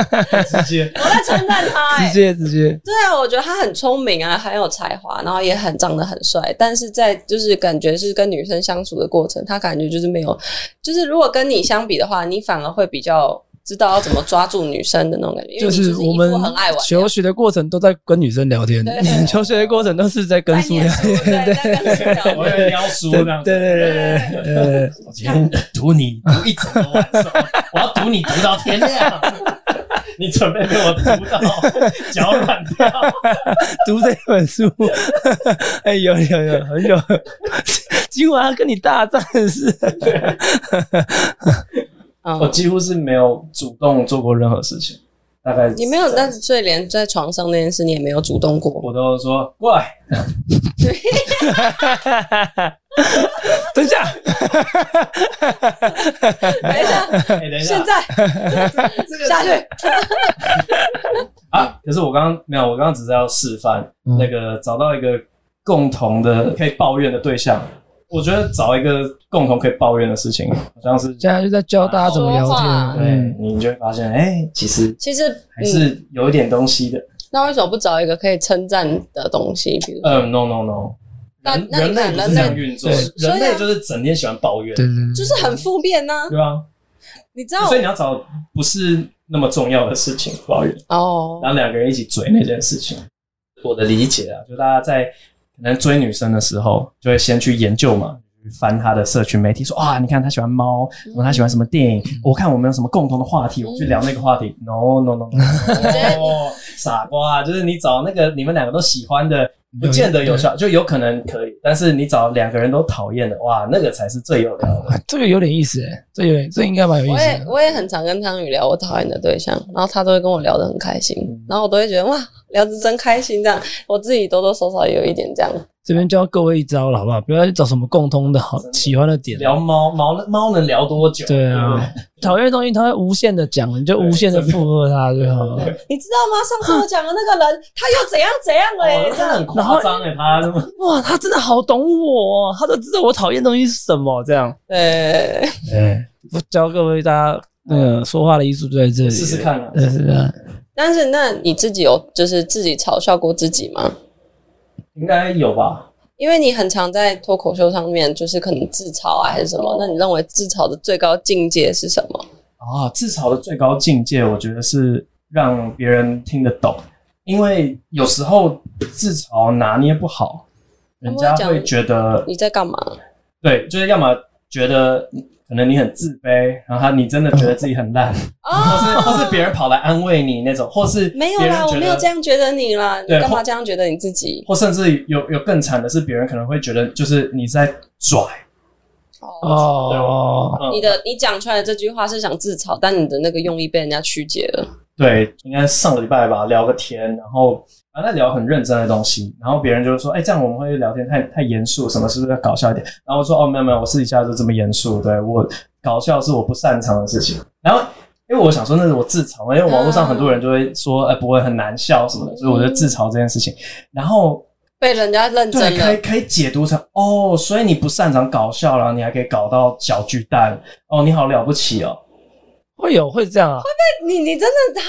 Speaker 5: 直接
Speaker 3: 我在称赞他、哎
Speaker 4: 直接直接，
Speaker 3: 对啊，我觉得他很聪明啊，很有才华，然后也很长得很帅，但是在就是感觉是跟女生相处的过程，他感觉就是没有，就是如果跟你相比的话，你反而会比较知道要怎么抓住女生的那种感觉，因为你
Speaker 4: 是
Speaker 3: 是
Speaker 4: 我
Speaker 3: 一
Speaker 4: 们
Speaker 3: 副很爱玩的
Speaker 4: 求学的过程都在跟女生聊天，
Speaker 3: 对
Speaker 4: 你们 求学的过程都是在跟书聊天，
Speaker 3: 对
Speaker 4: 对
Speaker 3: 在跟书聊天
Speaker 5: 我有撩书
Speaker 4: 对
Speaker 5: 这样
Speaker 4: 对
Speaker 5: 子。
Speaker 4: 对对对对，
Speaker 5: 我今天读你读一整个晚上，我要读你读到天 亮。你准备被我读到脚软掉，
Speaker 4: 读这本书，哎，有有有，很有，今晚要跟你大战是，
Speaker 5: 我
Speaker 3: 嗯，
Speaker 5: 几乎是没有主动做过任何事情，大概
Speaker 3: 你没有，但是所以连在床上那件事你也没有主动 过，
Speaker 5: 我都说过 来，
Speaker 4: 等一下，
Speaker 3: 等一下，
Speaker 5: 哎等一下
Speaker 3: 现在下去，
Speaker 5: 啊！可是我刚刚没有，我刚刚只是要示范、
Speaker 4: 嗯
Speaker 5: 那个找到一个共同的可以抱怨的对象。我觉得找一个共同可以抱怨的事情，好像是
Speaker 4: 现在就在教大家怎么聊
Speaker 3: 说话
Speaker 4: 天，
Speaker 5: 对
Speaker 4: 嗯，，
Speaker 5: 你就会发现，哎、其实
Speaker 3: 其实
Speaker 5: 还
Speaker 3: 嗯，
Speaker 5: 是有一点东西的。
Speaker 3: 那为什么不找一个可以称赞的东西？比如说
Speaker 5: 嗯，no no no，
Speaker 3: 那
Speaker 5: 人
Speaker 3: 那你看人类
Speaker 5: 人类不是这样运作，
Speaker 3: 对
Speaker 5: 人
Speaker 3: 所以
Speaker 5: 类
Speaker 3: 啊
Speaker 5: 就是整天喜欢抱怨，
Speaker 4: 对对对，
Speaker 3: 就是很负面呢、
Speaker 5: 对吧？
Speaker 3: 你知道
Speaker 5: 所以你要找不是那么重要的事情抱怨，
Speaker 3: 哦，
Speaker 5: 然后两个人一起追那件事情。我的理解啊，就大家在可能追女生的时候，就会先去研究嘛。去翻她的社群媒体，说啊，你看她喜欢猫，什么她喜欢什么电影，我看我们有什么共同的话题，我们去聊那个话题。No no no，, no, no, 傻瓜，啊就是你找那个你们两个都喜欢的，不见得有效，就有可能可以，但是你找两个人都讨厌的，哇，那个才是最有料的。
Speaker 4: 啊这个有点意思哎，这有点，这应该蛮有意
Speaker 3: 我
Speaker 4: 思
Speaker 3: 也
Speaker 4: 的。
Speaker 3: 我也很常跟汤宇聊我讨厌的对象，然后他都会跟我聊得很开心，
Speaker 5: 嗯
Speaker 3: 然后我都会觉得哇，聊得真开心这样，我自己多多少少也有一点这样。
Speaker 4: 这边教各位一招了，好不好？不要去找什么共通的好喜欢的点，
Speaker 5: 聊猫猫猫能聊多久？
Speaker 4: 对啊
Speaker 5: 对不对，
Speaker 4: 讨厌的东西它会无限的讲，你就无限的附和它就好了。
Speaker 3: 你知道吗？上次我讲的那个人，他又怎样怎样哎、
Speaker 5: 哦，真的很夸张哎，他这么
Speaker 4: 哇，他真的好懂我、哦，他都知道我讨厌的东西是什么。这样，
Speaker 3: 对，
Speaker 4: 哎，我教各位大家那个说话的艺术就在这里，
Speaker 5: 啊试试。看啊。
Speaker 4: 对是啊，
Speaker 3: 但是那你自己有就是自己嘲笑过自己吗？
Speaker 5: 应该有吧？
Speaker 3: 因为你很常在脱口秀上面，就是可能自嘲啊还是什
Speaker 5: 哦
Speaker 3: 么？那你认为自嘲的最高境界是什么？
Speaker 5: 啊，自嘲的最高境界，我觉得是让别人听得懂，因为有时候自嘲拿捏不好，人家
Speaker 3: 他们会
Speaker 5: 会
Speaker 3: 讲
Speaker 5: 觉得
Speaker 3: 你在干嘛？
Speaker 5: 对，就是要么觉得可能你很自卑，然后他你真的觉得自己 很烂，或是或是别人跑来安慰你那种，或哦是
Speaker 3: 哦没有
Speaker 5: 别人
Speaker 3: 啦，我
Speaker 5: 觉
Speaker 3: 没
Speaker 5: 得
Speaker 3: 有这样觉得你啦，你
Speaker 5: 对
Speaker 3: 干嘛
Speaker 5: 后
Speaker 3: 这样觉得你自己？
Speaker 5: 或甚至有有更惨的是，别人可能会觉得就是你在拽，
Speaker 3: 哦，
Speaker 4: 哦，
Speaker 5: 嗯
Speaker 3: 你的你讲出来的这句话是想自嘲，但你的那个用意被人家曲解了。
Speaker 5: 对，应该上个礼拜吧，聊个天，然后反正聊很认真的东西，然后别人就会说，哎、这样我们会聊天太太严肃，什么是不是要搞笑一点？然后我说，哦，没有没有，我私底下就这么严肃，对我搞笑是我不擅长的事情。然后因为我想说那是我自嘲嘛，因为网络上很多人就会说，
Speaker 3: 嗯
Speaker 5: 哎、不会很难笑什么的，所以我就自嘲这件事情。然后
Speaker 3: 被人家认
Speaker 5: 对，
Speaker 3: 真
Speaker 5: 可
Speaker 3: 了，
Speaker 5: 以可以解读成哦，所以你不擅长搞笑然后你还可以搞到小巨蛋，哦，你好了不起哦，
Speaker 4: 会有会这样啊，
Speaker 3: 你你真的他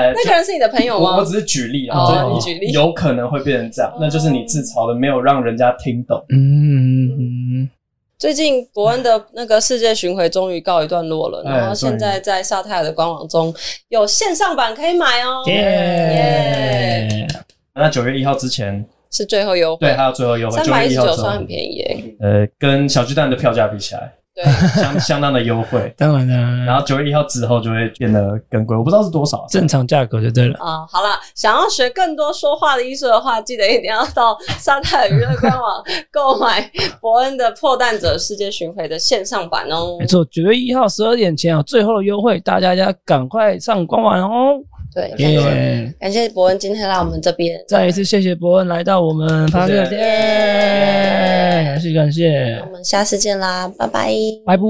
Speaker 5: 呃，
Speaker 3: 那个人是你的朋友
Speaker 5: 我我
Speaker 3: 吗？
Speaker 5: 只是举例啊，
Speaker 3: 哦
Speaker 5: 就是
Speaker 3: 你举例哦
Speaker 5: 有可能会变成这样，那就是你自嘲的没有让人家听懂。
Speaker 4: 嗯，嗯
Speaker 3: 最近伯恩的那个世界巡回终于告一段落了，
Speaker 5: 哎
Speaker 3: 然后现在在萨泰尔的官网中有线上版可以买哦，耶，
Speaker 4: 耶，
Speaker 5: 那九月一号之前，
Speaker 3: 是最后优
Speaker 5: 对，
Speaker 3: 惠
Speaker 5: 还，有最后优惠，
Speaker 3: 三
Speaker 5: 九
Speaker 3: 百一
Speaker 5: 月
Speaker 3: 十
Speaker 5: 一号
Speaker 3: 九
Speaker 5: 之
Speaker 3: 算
Speaker 5: 后
Speaker 3: 很，便宜耶。
Speaker 5: 呃，跟小巨蛋的票价比起来，
Speaker 3: 对，
Speaker 5: 相相当的优惠。
Speaker 4: 当然啦，
Speaker 5: 然后九月一号之后就会变得更贵，我不知道是多少。啊
Speaker 4: 正常价格就对了。
Speaker 3: 啊、好了，想要学更多说话的艺术的话，记得一定要到沙泰尔娱乐官网购买伯恩的《破蛋者世界巡回》的线上版哦
Speaker 4: 没。错，九月一号十二点前有最后的优惠，大家要赶快上官网哦！
Speaker 3: 对，感
Speaker 4: 耶、
Speaker 3: 谢感谢伯恩今天来我们这边，
Speaker 4: 再一次谢谢伯恩来到我们 p o d
Speaker 5: 谢
Speaker 4: 感谢感谢
Speaker 3: 我，们下次见啦，拜拜。
Speaker 4: 拜拜。